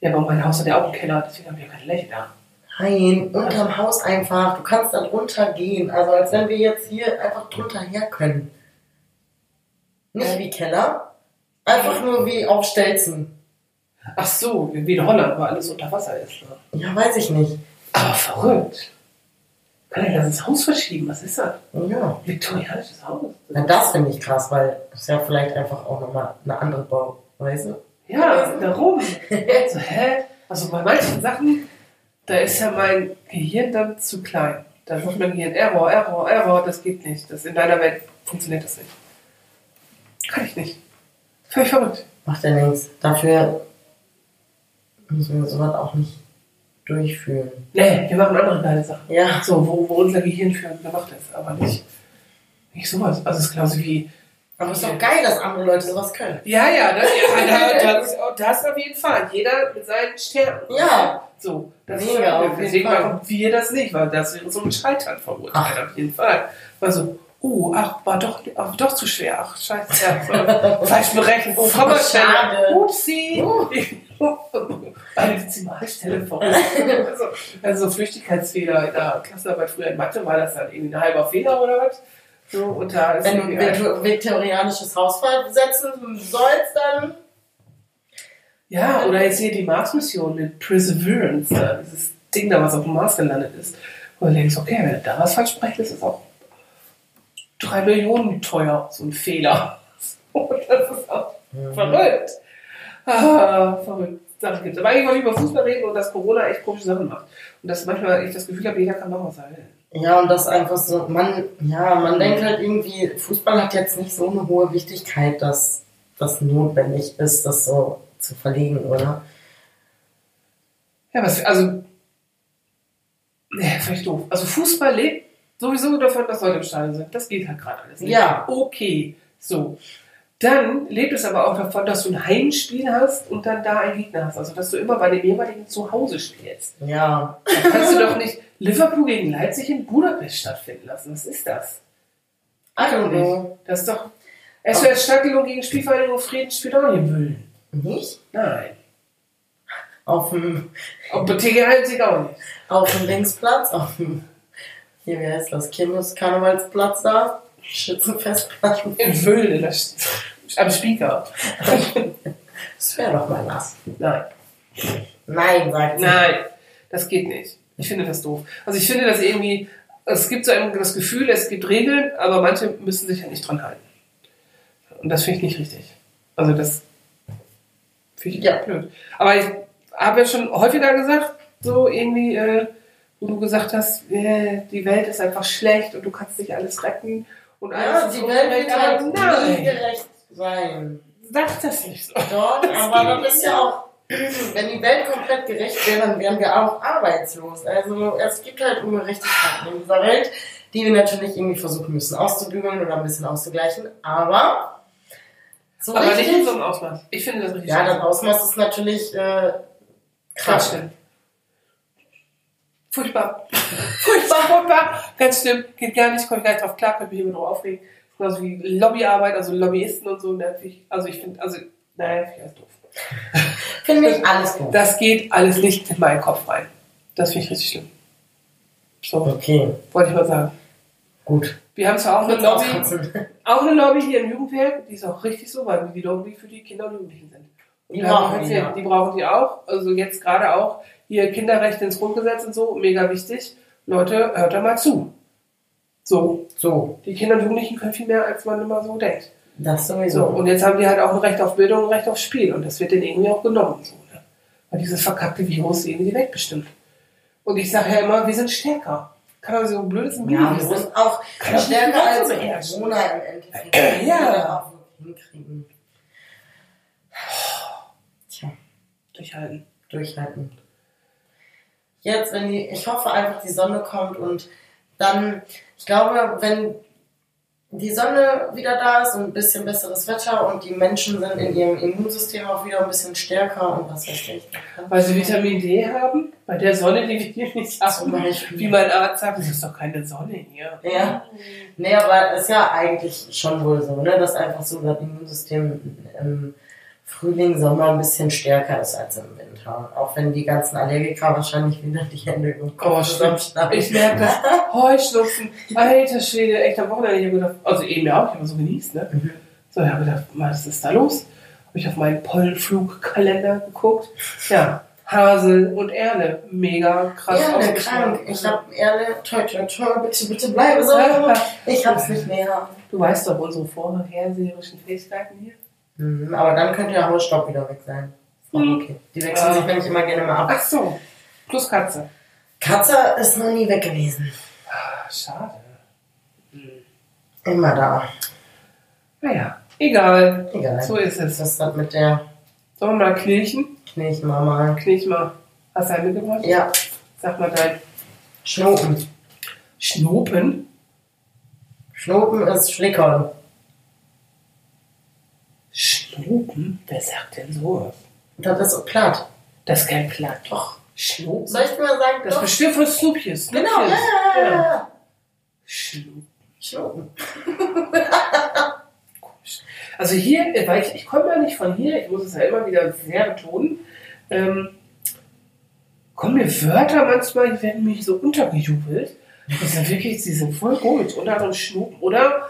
[SPEAKER 4] Ja, aber mein Haus hat ja auch einen Keller, deswegen haben wir ja keine Lächeln da.
[SPEAKER 3] Nein, unterm Haus einfach. Du kannst dann runtergehen. Also als wenn wir jetzt hier einfach drunter her können. Nicht wie Keller. Einfach nur wie auf Stelzen.
[SPEAKER 4] Ach so, wie in Holland, wo alles unter Wasser ist. Ne?
[SPEAKER 3] Ja, weiß ich nicht.
[SPEAKER 4] Aber verrückt. Kann ich das ins Haus verschieben? Was ist das?
[SPEAKER 3] Ja.
[SPEAKER 4] Viktorianisches Haus.
[SPEAKER 3] Na, das finde ich krass, weil es ja vielleicht einfach auch nochmal eine andere Bauweise.
[SPEAKER 4] Ja, darum. Also, hä? Also bei manchen Sachen, da ist ja mein Gehirn dann zu klein. Da sagt mein Gehirn, Error, Error, Error, das geht nicht. Das in deiner Welt funktioniert das nicht. Kann ich nicht. Völlig verrückt.
[SPEAKER 3] Macht ja nichts. Dafür müssen wir sowas auch nicht durchführen.
[SPEAKER 4] Nee, wir machen andere geile Sachen.
[SPEAKER 3] Ja.
[SPEAKER 4] So, wo, wo unser Gehirn für gemacht ist, aber nicht, nicht sowas. Also es ist genauso wie
[SPEAKER 3] Aber es ist doch geil, dass andere Leute sowas können.
[SPEAKER 4] Ja, ja, das, ja das, das, das auf jeden Fall. Jeder mit seinen Stärken.
[SPEAKER 3] Ja.
[SPEAKER 4] So, das
[SPEAKER 3] Mega,
[SPEAKER 4] ja,
[SPEAKER 3] auf jeden
[SPEAKER 4] deswegen
[SPEAKER 3] Fall.
[SPEAKER 4] machen wir das nicht, weil das wäre so ein Scheitern verurteilt, auf jeden Fall. Weil so, oh, ach, war doch, ach, doch zu schwer, ach, scheiße, ja, falsch berechnet, oh, Kommastelle,
[SPEAKER 3] Schade.
[SPEAKER 4] upsi,
[SPEAKER 3] Oh.
[SPEAKER 4] eine Dezimalstelle voraus. Also, also Flüchtigkeitsfehler in der Klassenarbeit früher in Mathe war das dann irgendwie ein halber Fehler oder was? So, und da ist
[SPEAKER 3] Wenn du
[SPEAKER 4] irgendwie
[SPEAKER 3] ein
[SPEAKER 4] ein-
[SPEAKER 3] viktor- viktorianisches Haus versetzen sollst, dann.
[SPEAKER 4] Ja, oder jetzt hier die Mars-Mission mit Perseverance, da, dieses Ding da, was auf dem Mars gelandet ist. Wo du denkst, okay, wenn du da was falsch sprichst, ist es auch drei Millionen teuer, so ein Fehler. So, das ist auch verrückt. Ah, verrückt. Sachen gibt. Aber eigentlich wollte ich über Fußball reden und dass Corona echt komische Sachen macht. Und dass manchmal ich das Gefühl habe, jeder kann machen, was er will.
[SPEAKER 3] Ja, und das einfach so, man, ja, man denkt halt irgendwie, Fußball hat jetzt nicht so eine hohe Wichtigkeit, dass das notwendig ist, das so zu verlegen, oder?
[SPEAKER 4] Ja, was, also, ja, vielleicht doof. Also Fußball lebt sowieso davon, dass Leute im Stadion sind. Das geht halt gerade alles nicht.
[SPEAKER 3] Ja.
[SPEAKER 4] Okay, so. Dann lebt es aber auch davon, dass du ein Heimspiel hast und dann da einen Gegner hast. Also, dass du immer bei dem jeweiligen Zuhause spielst.
[SPEAKER 3] Ja,
[SPEAKER 4] Da kannst du doch nicht Liverpool gegen Leipzig in Budapest stattfinden lassen. Was ist das?
[SPEAKER 3] I don't know.
[SPEAKER 4] Das ist doch... SOS Stadtgelung gegen Spielvereinigung Frieden spielt auch nicht in Mühlen.
[SPEAKER 3] Nicht?
[SPEAKER 4] Nein.
[SPEAKER 3] Auf dem,
[SPEAKER 4] Und bei TG Leipzig auch nicht.
[SPEAKER 3] auf dem Linksplatz, auf dem, hier, wie heißt das, Kirmes Karnevalsplatz da? Schützenfestplatz.
[SPEAKER 4] In Mühlen, in der St am Spieker.
[SPEAKER 3] Das wäre doch mal was.
[SPEAKER 4] Nein.
[SPEAKER 3] Nein, sagt sie.
[SPEAKER 4] Nein, das geht nicht. Ich finde das doof. Also ich finde das irgendwie, es gibt so ein, das Gefühl, es gibt Regeln, aber manche müssen sich ja nicht dran halten. Und das finde ich nicht richtig. Also das finde ich
[SPEAKER 3] Ja.
[SPEAKER 4] blöd. Aber ich habe ja schon häufiger gesagt, so irgendwie, äh, wo du gesagt hast, äh, die Welt ist einfach schlecht und du kannst nicht alles retten. Und alles
[SPEAKER 3] Ja,
[SPEAKER 4] ist
[SPEAKER 3] die
[SPEAKER 4] ungerecht,
[SPEAKER 3] Welt wird
[SPEAKER 4] aber
[SPEAKER 3] halt nie
[SPEAKER 4] nein,
[SPEAKER 3] gerecht sein.
[SPEAKER 4] sag das nicht so.
[SPEAKER 3] Dort, aber das ist ja auch wenn die Welt komplett gerecht wäre, dann wären wir auch arbeitslos. Also es gibt halt Ungerechtigkeiten in dieser Welt, die wir natürlich irgendwie versuchen müssen auszubügeln oder ein bisschen auszugleichen. Aber so
[SPEAKER 4] Aber nicht
[SPEAKER 3] richtig,
[SPEAKER 4] in so einem Ausmaß. Ich finde das richtig.
[SPEAKER 3] ja, das
[SPEAKER 4] scheiße.
[SPEAKER 3] Ausmaß ist natürlich äh,
[SPEAKER 4] Ganz
[SPEAKER 3] krass.
[SPEAKER 4] schlimm. Furchtbar. Furchtbar, furchtbar. Ganz schlimm. Geht gar nicht, komme ich gar nicht drauf klar, könnte mich immer drauf aufregen. Genauso wie Lobbyarbeit, also Lobbyisten und so. Nervig. Also ich finde, also, naja, ich finde das doof.
[SPEAKER 3] Finde ich alles gut.
[SPEAKER 4] Das geht alles nicht in meinen Kopf rein. Das finde ich richtig schlimm. So,
[SPEAKER 3] Okay,
[SPEAKER 4] wollte ich mal sagen.
[SPEAKER 3] gut.
[SPEAKER 4] Wir haben zwar auch eine
[SPEAKER 3] Kurz
[SPEAKER 4] Lobby,
[SPEAKER 3] auskotzen.
[SPEAKER 4] auch eine Lobby hier im Jugendwerk, die ist auch richtig so, weil wir die Lobby für die Kinder und Jugendlichen sind.
[SPEAKER 3] Die
[SPEAKER 4] Und da
[SPEAKER 3] brauchen
[SPEAKER 4] kannst
[SPEAKER 3] die,
[SPEAKER 4] du-
[SPEAKER 3] ja.
[SPEAKER 4] die brauchen die auch. Also jetzt gerade auch hier Kinderrechte ins Grundgesetz und so, mega wichtig. Leute, hört da mal zu. So,
[SPEAKER 3] So,
[SPEAKER 4] die Kinder und Jugendlichen können viel mehr, als man immer so denkt.
[SPEAKER 3] das
[SPEAKER 4] So,
[SPEAKER 3] sowieso.
[SPEAKER 4] und jetzt haben die halt auch ein Recht auf Bildung, ein Recht auf Spiel. Und das wird denen irgendwie auch genommen. So, ne? Weil dieses verkackte Virus irgendwie wegbestimmt. Und ich sage ja immer, wir sind stärker. Kann aber so ein blödes
[SPEAKER 3] Ja, wir
[SPEAKER 4] Mini-Virus-
[SPEAKER 3] sind auch
[SPEAKER 4] Kann
[SPEAKER 3] stärker
[SPEAKER 4] ich
[SPEAKER 3] als
[SPEAKER 4] nicht beherrschen.
[SPEAKER 3] Corona im Endeffekt. Das
[SPEAKER 4] Ja.
[SPEAKER 3] müssen wir auch wirklich hinkriegen. Tja,
[SPEAKER 4] durchhalten.
[SPEAKER 3] durchhalten. Jetzt, wenn die, ich hoffe einfach, die Sonne kommt und dann, ich glaube, wenn die Sonne wieder da ist und ein bisschen besseres Wetter und die Menschen sind in ihrem Immunsystem auch wieder ein bisschen stärker und was weiß ich.
[SPEAKER 4] Weil sie Vitamin D haben, bei der Sonne, die wir hier nicht
[SPEAKER 3] Zum
[SPEAKER 4] haben.
[SPEAKER 3] Beispiel.
[SPEAKER 4] Wie mein Arzt sagt, es ist doch keine Sonne hier.
[SPEAKER 3] Ja. Nee, aber ist ja eigentlich schon wohl so, ne? dass einfach so das Immunsystem im Frühling, Sommer ein bisschen stärker ist als im Winter. Auch wenn die ganzen Allergiker wahrscheinlich wieder die Hände im
[SPEAKER 4] Oh,
[SPEAKER 3] Kopf
[SPEAKER 4] stimmt.
[SPEAKER 3] zusammenschlagen.
[SPEAKER 4] Ich merke das. Heuschnupfen. Alter Schwede, echt am Wochenende. Ich habe gedacht, also eben ja auch, ich habe so genießt, ne?
[SPEAKER 3] Mhm.
[SPEAKER 4] So, ich habe gedacht, was ist da los? Habe ich auf meinen Pollenflugkalender geguckt. Ja, Hasel und Erde. Mega krass
[SPEAKER 3] Erle,
[SPEAKER 4] ausgeschlagen.
[SPEAKER 3] ne, krank. Ich hab Erle, toi, toi, toi, bitte, bitte bleibe so. Ich hab's nicht mehr.
[SPEAKER 4] Du weißt doch unsere vorherseherischen Fähigkeiten hier.
[SPEAKER 3] Mhm, aber dann könnte der Hausstaub wieder weg sein. Ist auch
[SPEAKER 4] Mhm.
[SPEAKER 3] Okay. Die wechseln sich
[SPEAKER 4] Ah.
[SPEAKER 3] nämlich immer gerne mal ab.
[SPEAKER 4] Ach so, plus Katze.
[SPEAKER 3] Katze ist noch nie weg gewesen.
[SPEAKER 4] Ah, schade.
[SPEAKER 3] Immer da.
[SPEAKER 4] Naja, egal.
[SPEAKER 3] Egal.
[SPEAKER 4] So ist
[SPEAKER 3] Ist
[SPEAKER 4] es.
[SPEAKER 3] das dann mit der
[SPEAKER 4] Sollen wir mal knilchen?
[SPEAKER 3] Knilchmama?
[SPEAKER 4] Knilch mal. Hast du einen mitgebracht?
[SPEAKER 3] Ja,
[SPEAKER 4] Sag mal dein
[SPEAKER 3] Schnopen.
[SPEAKER 4] Schnopen.
[SPEAKER 3] Schnopen ist Schlickern.
[SPEAKER 4] Schnopen? Wer sagt denn sowas?
[SPEAKER 3] Das ist platt.
[SPEAKER 4] Das ist kein Platt. Doch. Schnopen?
[SPEAKER 3] Soll ich dir mal sagen?
[SPEAKER 4] Das ist
[SPEAKER 3] Doch.
[SPEAKER 4] bestimmt von Snoopjes.
[SPEAKER 3] Genau, ja, ja, ja, ja.
[SPEAKER 4] Schnopen.
[SPEAKER 3] Schnopen.
[SPEAKER 4] Also hier, äh, weil ich, ich komme ja nicht von hier, ich muss es ja immer wieder sehr betonen, ähm, kommen mir Wörter manchmal, die werden mich so untergejubelt. Das sind wirklich, sie sind voll komisch. Unter anderem schnuppen oder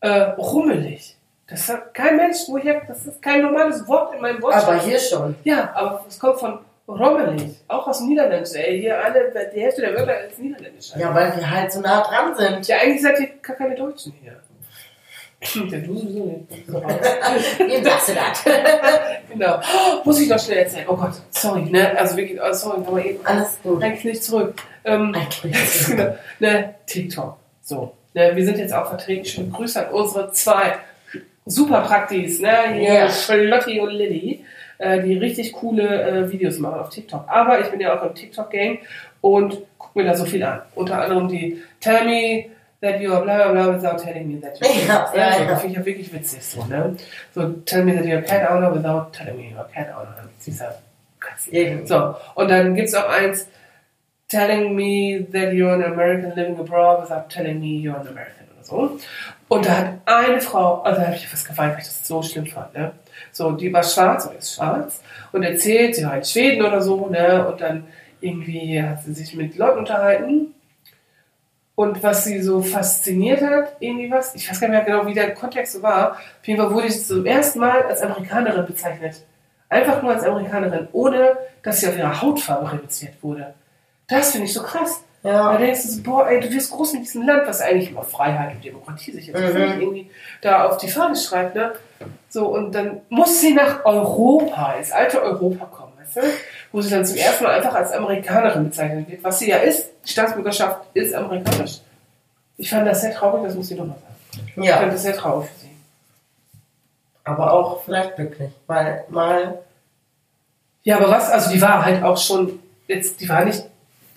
[SPEAKER 4] äh, rummelig. Das hat kein Mensch, wo ich hab, das ist kein normales Wort in meinem Wortschatz.
[SPEAKER 3] Aber hier schon.
[SPEAKER 4] Ja, aber es kommt von rommelig, auch aus dem Niederländischen. Ey, hier alle, die Hälfte der Wörter ist Niederländisch.
[SPEAKER 3] Ja, weil wir halt so nah dran sind.
[SPEAKER 4] ja, eigentlich seid ihr gar keine Deutschen hier. Ja, du sowieso nicht. So raus.
[SPEAKER 3] Ihr wisst das.
[SPEAKER 4] Genau. Oh, muss ich noch schnell erzählen. Oh Gott, sorry, ne? Also wirklich, oh, sorry, aber eben.
[SPEAKER 3] Alles gut.
[SPEAKER 4] Dann nicht zurück. Ähm,
[SPEAKER 3] Eigentlich.
[SPEAKER 4] genau, ne, TikTok. So. Ne, wir sind jetzt auch vertreten. Schöne Grüße an unsere zwei super Praktis, ne? Hier
[SPEAKER 3] Ja.
[SPEAKER 4] Schlotti und Lilly, äh, die richtig coole äh, Videos machen auf TikTok. Aber ich bin ja auch im TikTok-Game und gucke mir da so viel an. Unter anderem die Tell me that you are bla bla bla without telling me that you
[SPEAKER 3] Ja,
[SPEAKER 4] are. Ne,
[SPEAKER 3] ja,
[SPEAKER 4] so,
[SPEAKER 3] ja.
[SPEAKER 4] Das finde ich ja wirklich witzig so, ne? So, tell me that you are cat owner without telling me you are cat owner. Dieser Katzen.
[SPEAKER 3] Irgendwie.
[SPEAKER 4] So, und dann gibt es auch eins, telling me that you're an American living abroad without telling me you're an American oder so. Und da hat eine Frau, also da habe ich fast geweint, weil ich das so schlimm fand, ne? So, die war schwarz oder ist schwarz und erzählt, sie war in Schweden oder so, ne? Und dann irgendwie hat sie sich mit Leuten unterhalten. Und was sie so fasziniert hat, irgendwie was, ich weiß gar nicht mehr genau, wie der Kontext so war. Auf jeden Fall wurde sie zum ersten Mal als Amerikanerin bezeichnet. Einfach nur als Amerikanerin, ohne dass sie auf ihre Hautfarbe reduziert wurde. Das finde ich so krass. Da
[SPEAKER 3] Ja.
[SPEAKER 4] denkst du so, boah, ey, du wirst groß in diesem Land, was eigentlich immer Freiheit und Demokratie sich jetzt
[SPEAKER 3] Mhm.
[SPEAKER 4] völlig irgendwie da auf die Fahne schreibt, ne? So, und dann muss sie nach Europa, ins alte Europa kommen, weißt du? Wo sie dann zum ersten Mal einfach als Amerikanerin bezeichnet wird. Was sie ja ist, die Staatsbürgerschaft ist amerikanisch. Ich fand das sehr traurig, das muss ich nochmal sagen. Ich fand
[SPEAKER 3] ja.
[SPEAKER 4] das sehr traurig für sie.
[SPEAKER 3] Aber auch vielleicht glücklich. Weil mal
[SPEAKER 4] Ja, aber was, also die war halt auch schon, jetzt, die war nicht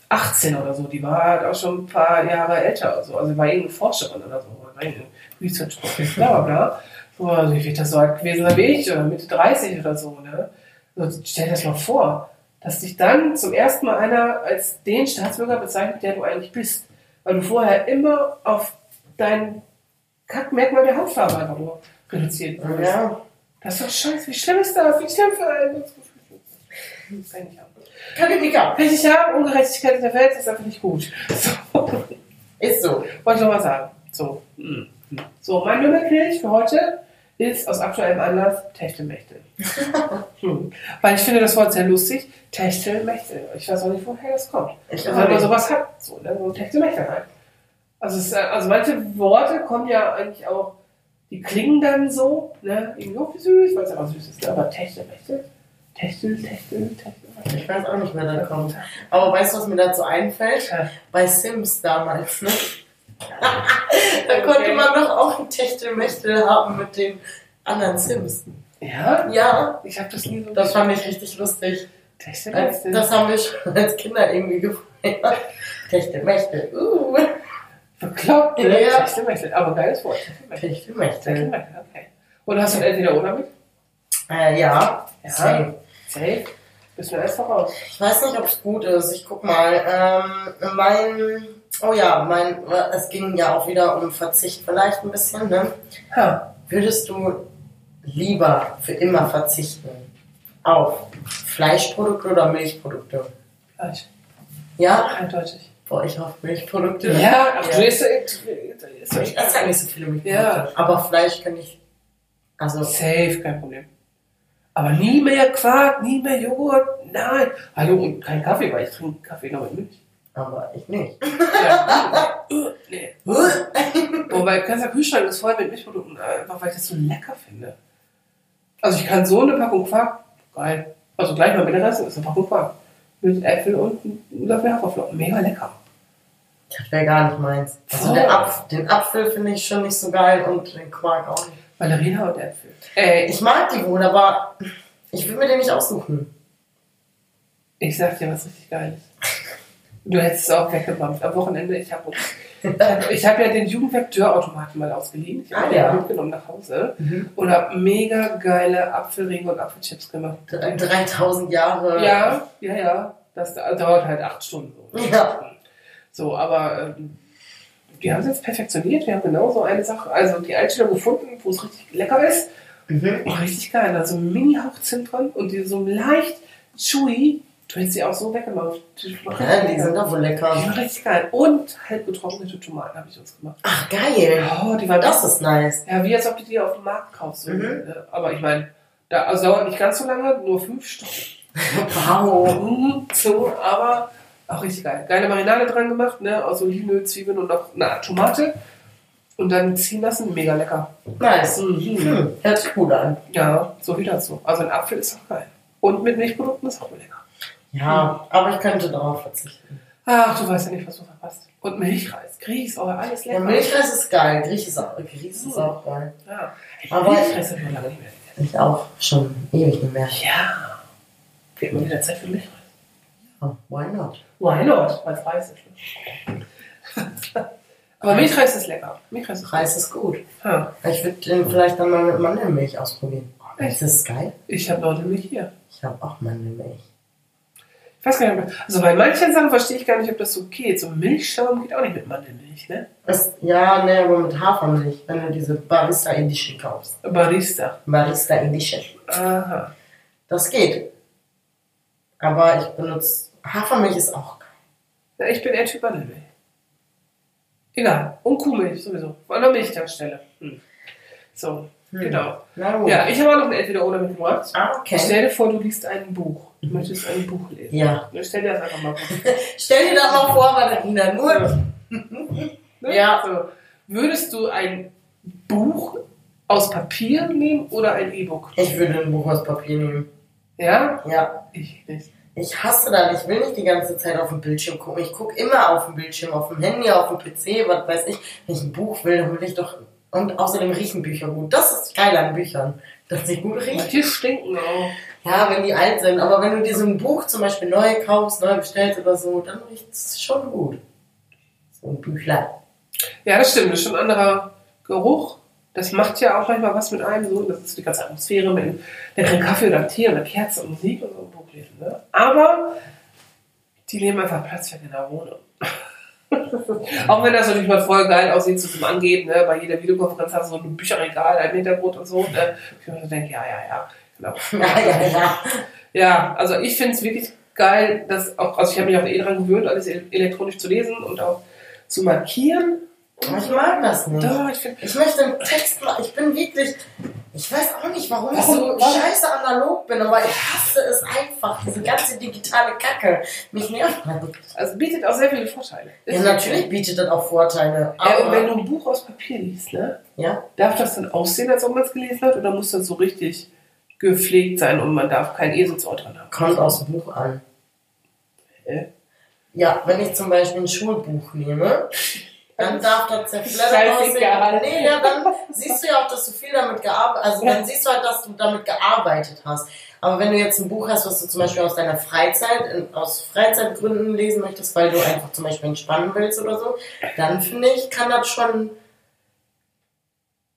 [SPEAKER 4] 18 oder so, die war halt auch schon ein paar Jahre älter oder so. Also war irgendeine Forscherin oder so, oder irgendeine Research Professor, bla bla bla. So, also ich das so alt gewesen sein wie ich, oder Mitte 30 oder so, ne? So, stell dir das mal vor, dass dich dann zum ersten Mal einer als den Staatsbürger bezeichnet, der du eigentlich bist. Weil du vorher immer auf dein Kackmerkmal der Hautfarbe einfach nur reduziert wurdest.
[SPEAKER 3] Ja.
[SPEAKER 4] Das ist doch scheiße, wie schlimm ist das? äh, Wie schlimm für einen? Das kann ich nicht haben.
[SPEAKER 3] Kann ich nicht ab.
[SPEAKER 4] Richtig haben, Ungerechtigkeit in der Welt ist einfach nicht gut. So, wollte
[SPEAKER 3] Ist so.
[SPEAKER 4] ich noch mal sagen. So, so mein Lümmelkirch für heute ist aus aktuellem Anlass Techtelmechtel. hm. Weil ich finde das Wort sehr lustig. Techtelmechtel. Ich weiß auch nicht, woher das kommt.
[SPEAKER 3] Ich
[SPEAKER 4] Also
[SPEAKER 3] auch
[SPEAKER 4] wenn man
[SPEAKER 3] nicht.
[SPEAKER 4] sowas hat, so, ne? so ein Techtelmechtel halt. Also, es, äh, also manche Worte kommen ja eigentlich auch, die klingen dann so, ne? irgendwie auch wie süß, weil es einfach süß ist. Ne? Aber Techtelmechtel, Techtel, Techtel, Techtelmechtel.
[SPEAKER 3] Ich weiß auch nicht, wer da kommt. Aber weißt du, was mir dazu einfällt?
[SPEAKER 4] Ja.
[SPEAKER 3] Bei Sims damals, ne? da konnte
[SPEAKER 4] Okay.
[SPEAKER 3] man doch auch ein Techtelmechtel haben mit den anderen Sims.
[SPEAKER 4] Ja?
[SPEAKER 3] Ja,
[SPEAKER 4] Ich habe das nie so
[SPEAKER 3] das fand ich richtig lustig.
[SPEAKER 4] Techtel,
[SPEAKER 3] Als,
[SPEAKER 4] Techtel.
[SPEAKER 3] das haben wir schon als Kinder irgendwie gefeiert. Techtelmechtel, uh,
[SPEAKER 4] Bekloppt, ne?
[SPEAKER 3] Ja.
[SPEAKER 4] Techtelmechtel. Aber geiles Wort. Techtelmechtel.
[SPEAKER 3] Techtelmechtel.
[SPEAKER 4] Techtelmechtel, okay. Und hast du ein entweder oder mit?
[SPEAKER 3] Äh, ja, Safe.
[SPEAKER 4] Safe. Bist du erst voraus.
[SPEAKER 3] Ich weiß nicht, ob es gut ist. Ich guck mal. Ähm, mein, oh ja, mein, äh, es ging ja auch wieder um Verzicht vielleicht ein bisschen, ne?
[SPEAKER 4] Ha.
[SPEAKER 3] Würdest du lieber für immer verzichten auf Fleischprodukte oder Milchprodukte?
[SPEAKER 4] Falsch.
[SPEAKER 3] Ja?
[SPEAKER 4] Eindeutig.
[SPEAKER 3] Boah, ich hoffe Milchprodukte.
[SPEAKER 4] Ja, ach, du
[SPEAKER 3] ja.
[SPEAKER 4] isst
[SPEAKER 3] Ich esse ja nicht so viele Milchprodukte.
[SPEAKER 4] Ja.
[SPEAKER 3] Aber Fleisch kann ich. Also,
[SPEAKER 4] Safe, kein Problem. Aber nie mehr Quark, nie mehr Joghurt. Nein. Hallo, und kein Kaffee, weil ich trinke Kaffee noch mit Milch.
[SPEAKER 3] aber ich nicht.
[SPEAKER 4] Ja. Äh, nee.
[SPEAKER 3] Huh?
[SPEAKER 4] Wobei, mein ganzer Oh, Kühlschrank ist voll mit Milchprodukten, einfach weil ich das so lecker finde. Also ich kann so eine Packung Quark, geil. Also gleich mal Mittagessen ist eine Packung Quark. Mit Äpfel und einem Löffel Haferflocken. Mega lecker.
[SPEAKER 3] Das wäre gar nicht meins. Also,
[SPEAKER 4] Oh.
[SPEAKER 3] der Apf den Apfel finde ich schon nicht so geil und den Quark auch nicht.
[SPEAKER 4] Ballerina und Äpfel. Ey, ich,
[SPEAKER 3] Äh, Ich mag die wohl, aber ich will mir den nicht aussuchen.
[SPEAKER 4] ich sag dir was richtig Geiles. Du hättest es auch weggebampft. Am Wochenende, ich habe ich hab ja den Jugendwerk-Dörrautomaten mal ausgeliehen. Ich habe
[SPEAKER 3] Ah,
[SPEAKER 4] den
[SPEAKER 3] ja.
[SPEAKER 4] mitgenommen nach Hause
[SPEAKER 3] Mhm.
[SPEAKER 4] und habe mega geile Apfelringe und Apfelchips gemacht.
[SPEAKER 3] Dre- 3000 Jahre.
[SPEAKER 4] Ja, ja, ja. Das da- dauert halt acht Stunden. So,
[SPEAKER 3] Ja.
[SPEAKER 4] so aber ähm, die haben es jetzt perfektioniert. Wir haben genau so eine Sache, also die Einstellung gefunden, wo es richtig lecker ist.
[SPEAKER 3] Mhm.
[SPEAKER 4] Oh, richtig geil. Also Mini-Hauchzimt dran und die so leicht chewy. Du hättest sie auch so weggemacht. Die waren
[SPEAKER 3] ja. Die
[SPEAKER 4] lecker.
[SPEAKER 3] sind doch wohl
[SPEAKER 4] Die
[SPEAKER 3] lecker.
[SPEAKER 4] waren richtig geil. Und halb getrocknete Tomaten habe ich uns gemacht.
[SPEAKER 3] Ach, geil.
[SPEAKER 4] Oh, die waren
[SPEAKER 3] Das ist nice.
[SPEAKER 4] ja, wie als ob du die auf dem Markt kaufst. so,
[SPEAKER 3] Mhm.
[SPEAKER 4] ne? Aber ich meine, da, also dauert nicht ganz so lange, nur fünf Stunden.
[SPEAKER 3] Wow.
[SPEAKER 4] Mhm, So, aber auch richtig geil. Geile Marinade dran gemacht, ne? Aus Olivenöl, Zwiebeln und noch eine Art Tomate. Und dann ziehen lassen, mega lecker.
[SPEAKER 3] Nice.
[SPEAKER 4] Mhm.
[SPEAKER 3] Hm. Hört sich gut an.
[SPEAKER 4] Ja, so wie dazu. Also ein Apfel ist auch geil. Und mit Milchprodukten ist auch lecker.
[SPEAKER 3] Ja, aber ich könnte darauf verzichten.
[SPEAKER 4] Ach, du weißt ja nicht, was du verpasst. Und Milchreis, Grieß, oh, alles
[SPEAKER 3] Ja,
[SPEAKER 4] lecker.
[SPEAKER 3] Milchreis ist geil. Griech ist auch, Grieß ist auch geil.
[SPEAKER 4] Ja.
[SPEAKER 3] Aber-
[SPEAKER 4] Milchreis haben wir lange nicht mehr. gegessen.
[SPEAKER 3] Ich auch schon ewig nicht mehr.
[SPEAKER 4] Ja. Wird mal wieder Zeit für Milchreis.
[SPEAKER 3] Ja, Oh, Why not?
[SPEAKER 4] Why not? Weil es Reis ist. aber Milchreis ist lecker. Milchreis ist lecker.
[SPEAKER 3] Reis ist gut.
[SPEAKER 4] Ja.
[SPEAKER 3] Ich würde den vielleicht dann mal mit Mandelmilch ausprobieren. Ist
[SPEAKER 4] Echt?
[SPEAKER 3] das geil?
[SPEAKER 4] Ich habe noch nämlich hier.
[SPEAKER 3] Ich habe auch Mandelmilch.
[SPEAKER 4] Ich weiß gar nicht, ob- also bei manchen Sachen verstehe ich gar nicht, ob das so geht. So Milchschaum geht auch nicht mit Mandelmilch, ne?
[SPEAKER 3] Das, ja, ne, aber mit Hafermilch, wenn du diese Barista Edition kaufst.
[SPEAKER 4] Barista.
[SPEAKER 3] Barista Edition.
[SPEAKER 4] Aha.
[SPEAKER 3] Das geht. Aber ich benutze. Hafermilch ist auch geil.
[SPEAKER 4] Ja, ich bin eher Typ Mandelmilch. Egal. Und Kuhmilch sowieso. Von der Milchtankstelle. Hm. So, genau.
[SPEAKER 3] Hm. Na gut.
[SPEAKER 4] Ja, ich habe auch noch ein Entweder-Oder mitgebracht.
[SPEAKER 3] ah, okay.
[SPEAKER 4] Stell dir vor, du liest ein Buch. Du möchtest ein Buch lesen.
[SPEAKER 3] Ja.
[SPEAKER 4] Ne, Stell dir das einfach mal vor.
[SPEAKER 3] Stell dir das mal vor, Valentina. Nur.
[SPEAKER 4] Ne?
[SPEAKER 3] Ja.
[SPEAKER 4] So. Würdest du ein Buch aus Papier nehmen oder ein E-Book?
[SPEAKER 3] Ich würde ein Buch aus Papier nehmen.
[SPEAKER 4] Ja?
[SPEAKER 3] Ja.
[SPEAKER 4] Ich nicht.
[SPEAKER 3] Ich hasse das. Ich will nicht die ganze Zeit auf dem Bildschirm gucken. Ich gucke immer auf dem Bildschirm, auf dem Handy, auf dem PC, was weiß ich. Wenn ich ein Buch will, dann will ich doch Und außerdem riechen Bücher gut. Das ist geil an Büchern, dass sie gut riechen.
[SPEAKER 4] Die stinken auch.
[SPEAKER 3] Ja, wenn die alt sind. Aber wenn du dir so ein Buch zum Beispiel neu kaufst, neu bestellst oder so, dann riecht es schon gut. So ein Büchlein.
[SPEAKER 4] Ja, das stimmt. Das ist schon ein anderer Geruch. Das macht ja auch manchmal was mit einem. So. Das ist die ganze Atmosphäre mit dem leckeren Kaffee oder Tee oder Kerze und Musik und so ein Buchlesen. Ne? Aber die nehmen einfach Platz, wenn in der Wohnung. auch wenn das natürlich mal voll geil aussieht, so zum Angeben. Ne? Bei jeder Videokonferenz hast du so ein Bücherregal im Hintergrund und so. Ne? Ich mir so denke, ja, ja, ja. Genau.
[SPEAKER 3] Ja, ja, ja.
[SPEAKER 4] Ja, also ich finde es wirklich geil, dass auch, also ich habe mich auch eh daran gewöhnt, alles el- elektronisch zu lesen und auch zu markieren.
[SPEAKER 3] Aber ich mag das nicht.
[SPEAKER 4] Doch, ich finde.
[SPEAKER 3] Ich möchte einen Text machen. Ich bin wirklich. Ich weiß auch nicht, warum ich
[SPEAKER 4] Warum-
[SPEAKER 3] so
[SPEAKER 4] warum-
[SPEAKER 3] scheiße analog bin, aber ich hasse es einfach. Diese ganze digitale Kacke. Mich nervt das.
[SPEAKER 4] Also bietet auch sehr viele Vorteile.
[SPEAKER 3] Ja, natürlich bietet das auch Vorteile. Aber,
[SPEAKER 4] Ja, und wenn du ein Buch aus Papier liest, ne?
[SPEAKER 3] ja,
[SPEAKER 4] Darf das dann aussehen, als ob man es gelesen hat, oder muss das so richtig gepflegt sein und man darf keinen Eselsort dran haben?
[SPEAKER 3] kommt aus dem Buch an.
[SPEAKER 4] Äh?
[SPEAKER 3] Ja, wenn ich zum Beispiel ein Schulbuch nehme, dann darf das zerfleddert
[SPEAKER 4] Scheißegal.
[SPEAKER 3] aussehen. Nee, ja, dann siehst du ja auch, dass du viel damit gearbeitet Also
[SPEAKER 4] Ja.
[SPEAKER 3] dann siehst du halt, dass du damit gearbeitet hast. Aber wenn du jetzt ein Buch hast, was du zum Beispiel aus deiner Freizeit, in, aus Freizeitgründen lesen möchtest, weil du einfach zum Beispiel entspannen willst oder so, dann finde ich, kann das schon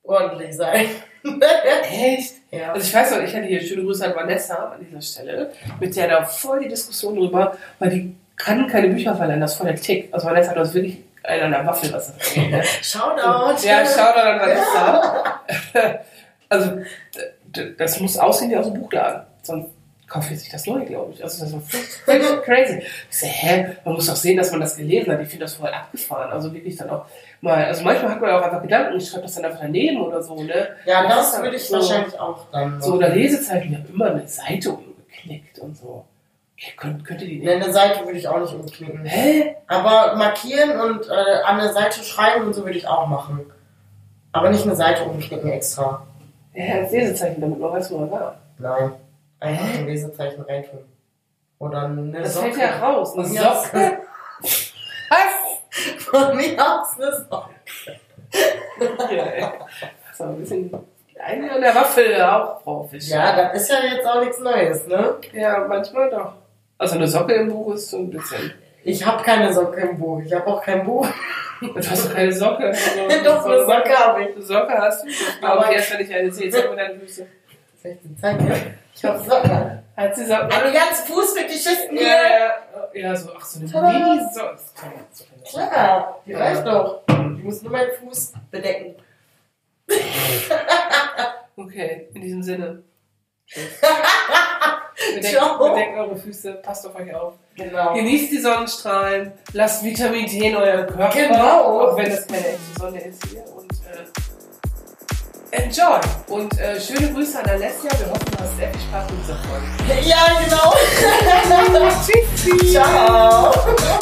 [SPEAKER 3] ordentlich sein.
[SPEAKER 4] Echt?
[SPEAKER 3] ja.
[SPEAKER 4] Also ich weiß noch, ich hatte hier schöne Grüße an Vanessa an dieser Stelle, mit der da voll die Diskussion drüber, weil die kann keine Bücher verleihen, das ist voll der Tick. Also Vanessa hat uns wirklich einen an der Waffel, was das angeht. Ne?
[SPEAKER 3] Shoutout.
[SPEAKER 4] Ja, Shoutout an Vanessa. also, d- d- das muss aussehen wie aus dem Buchladen. Sonst kauft ihr sich das neu, glaube ich. Also, das war völlig crazy. Ich so, hä? Man muss doch sehen, dass man das gelesen hat. Ich finde das voll abgefahren. Also, wirklich dann auch mal. Also, manchmal hat man ja auch einfach Gedanken. Ich schreibe das dann einfach daneben oder so, ne?
[SPEAKER 3] Ja,
[SPEAKER 4] Das
[SPEAKER 3] das
[SPEAKER 4] ist
[SPEAKER 3] würde ich
[SPEAKER 4] so.
[SPEAKER 3] wahrscheinlich auch dann
[SPEAKER 4] So,
[SPEAKER 3] machen.
[SPEAKER 4] oder Lesezeichen. Ich habe immer eine Seite umgeknickt und so. Ja, könnt, könnt ihr die
[SPEAKER 3] Ne,
[SPEAKER 4] nicht?
[SPEAKER 3] Eine Seite würde ich auch nicht umknicken.
[SPEAKER 4] Hä?
[SPEAKER 3] Aber markieren und äh, an der Seite schreiben und so würde ich auch machen. Aber nicht eine Seite umknicken extra.
[SPEAKER 4] Ja, das Lesezeichen, damit man weiß, wo man war.
[SPEAKER 3] Nein. Einfach
[SPEAKER 4] Hä?
[SPEAKER 3] ein Lesezeichen reintun. Oder eine
[SPEAKER 4] Das
[SPEAKER 3] Socke.
[SPEAKER 4] fällt ja raus. Eine
[SPEAKER 3] Ja.
[SPEAKER 4] Socke. Was?
[SPEAKER 3] Von mir aus eine Socke.
[SPEAKER 4] Ja, ey. So ein bisschen eine an der Waffel auch drauf ist.
[SPEAKER 3] Ja, das ist ja jetzt auch nichts Neues, ne?
[SPEAKER 4] ja, manchmal doch. Also eine Socke im Buch ist so ein bisschen.
[SPEAKER 3] Ich habe keine Socke im Buch. Ich habe auch kein Buch.
[SPEAKER 4] Du hast doch keine Socke. Also,
[SPEAKER 3] Doch, eine Socke habe ich.
[SPEAKER 4] Eine Socke hast du. Ich glaube,
[SPEAKER 3] Aber-
[SPEAKER 4] erst wenn ich eine sehe, zeig mir deine Füße.
[SPEAKER 3] Soll ich die zeigen? Ich habe Socke.
[SPEAKER 4] Hat sie Socken?
[SPEAKER 3] Meine ganzen Fußfetischisten
[SPEAKER 4] Ja,
[SPEAKER 3] hier.
[SPEAKER 4] ja, ja, so, ach, so eine
[SPEAKER 3] Tada.
[SPEAKER 4] Mini-Socke.
[SPEAKER 3] Klar, die reicht doch. Ich muss nur meinen Fuß bedecken.
[SPEAKER 4] Okay, in diesem Sinne. Tschüss. Bedeckt,
[SPEAKER 3] Ciao.
[SPEAKER 4] bedeckt eure Füße, passt auf euch auf.
[SPEAKER 3] Genau.
[SPEAKER 4] Genießt die Sonnenstrahlen, lasst Vitamin D in euren Körper,
[SPEAKER 3] Genau.
[SPEAKER 4] auch wenn das keine echte Sonne ist hier. Und äh, enjoy! Und äh, schöne Grüße an Alessia, wir hoffen, du hast sehr viel Spaß mit dieser Folge.
[SPEAKER 3] Ja, genau.
[SPEAKER 4] Tschüssi!
[SPEAKER 3] Ciao.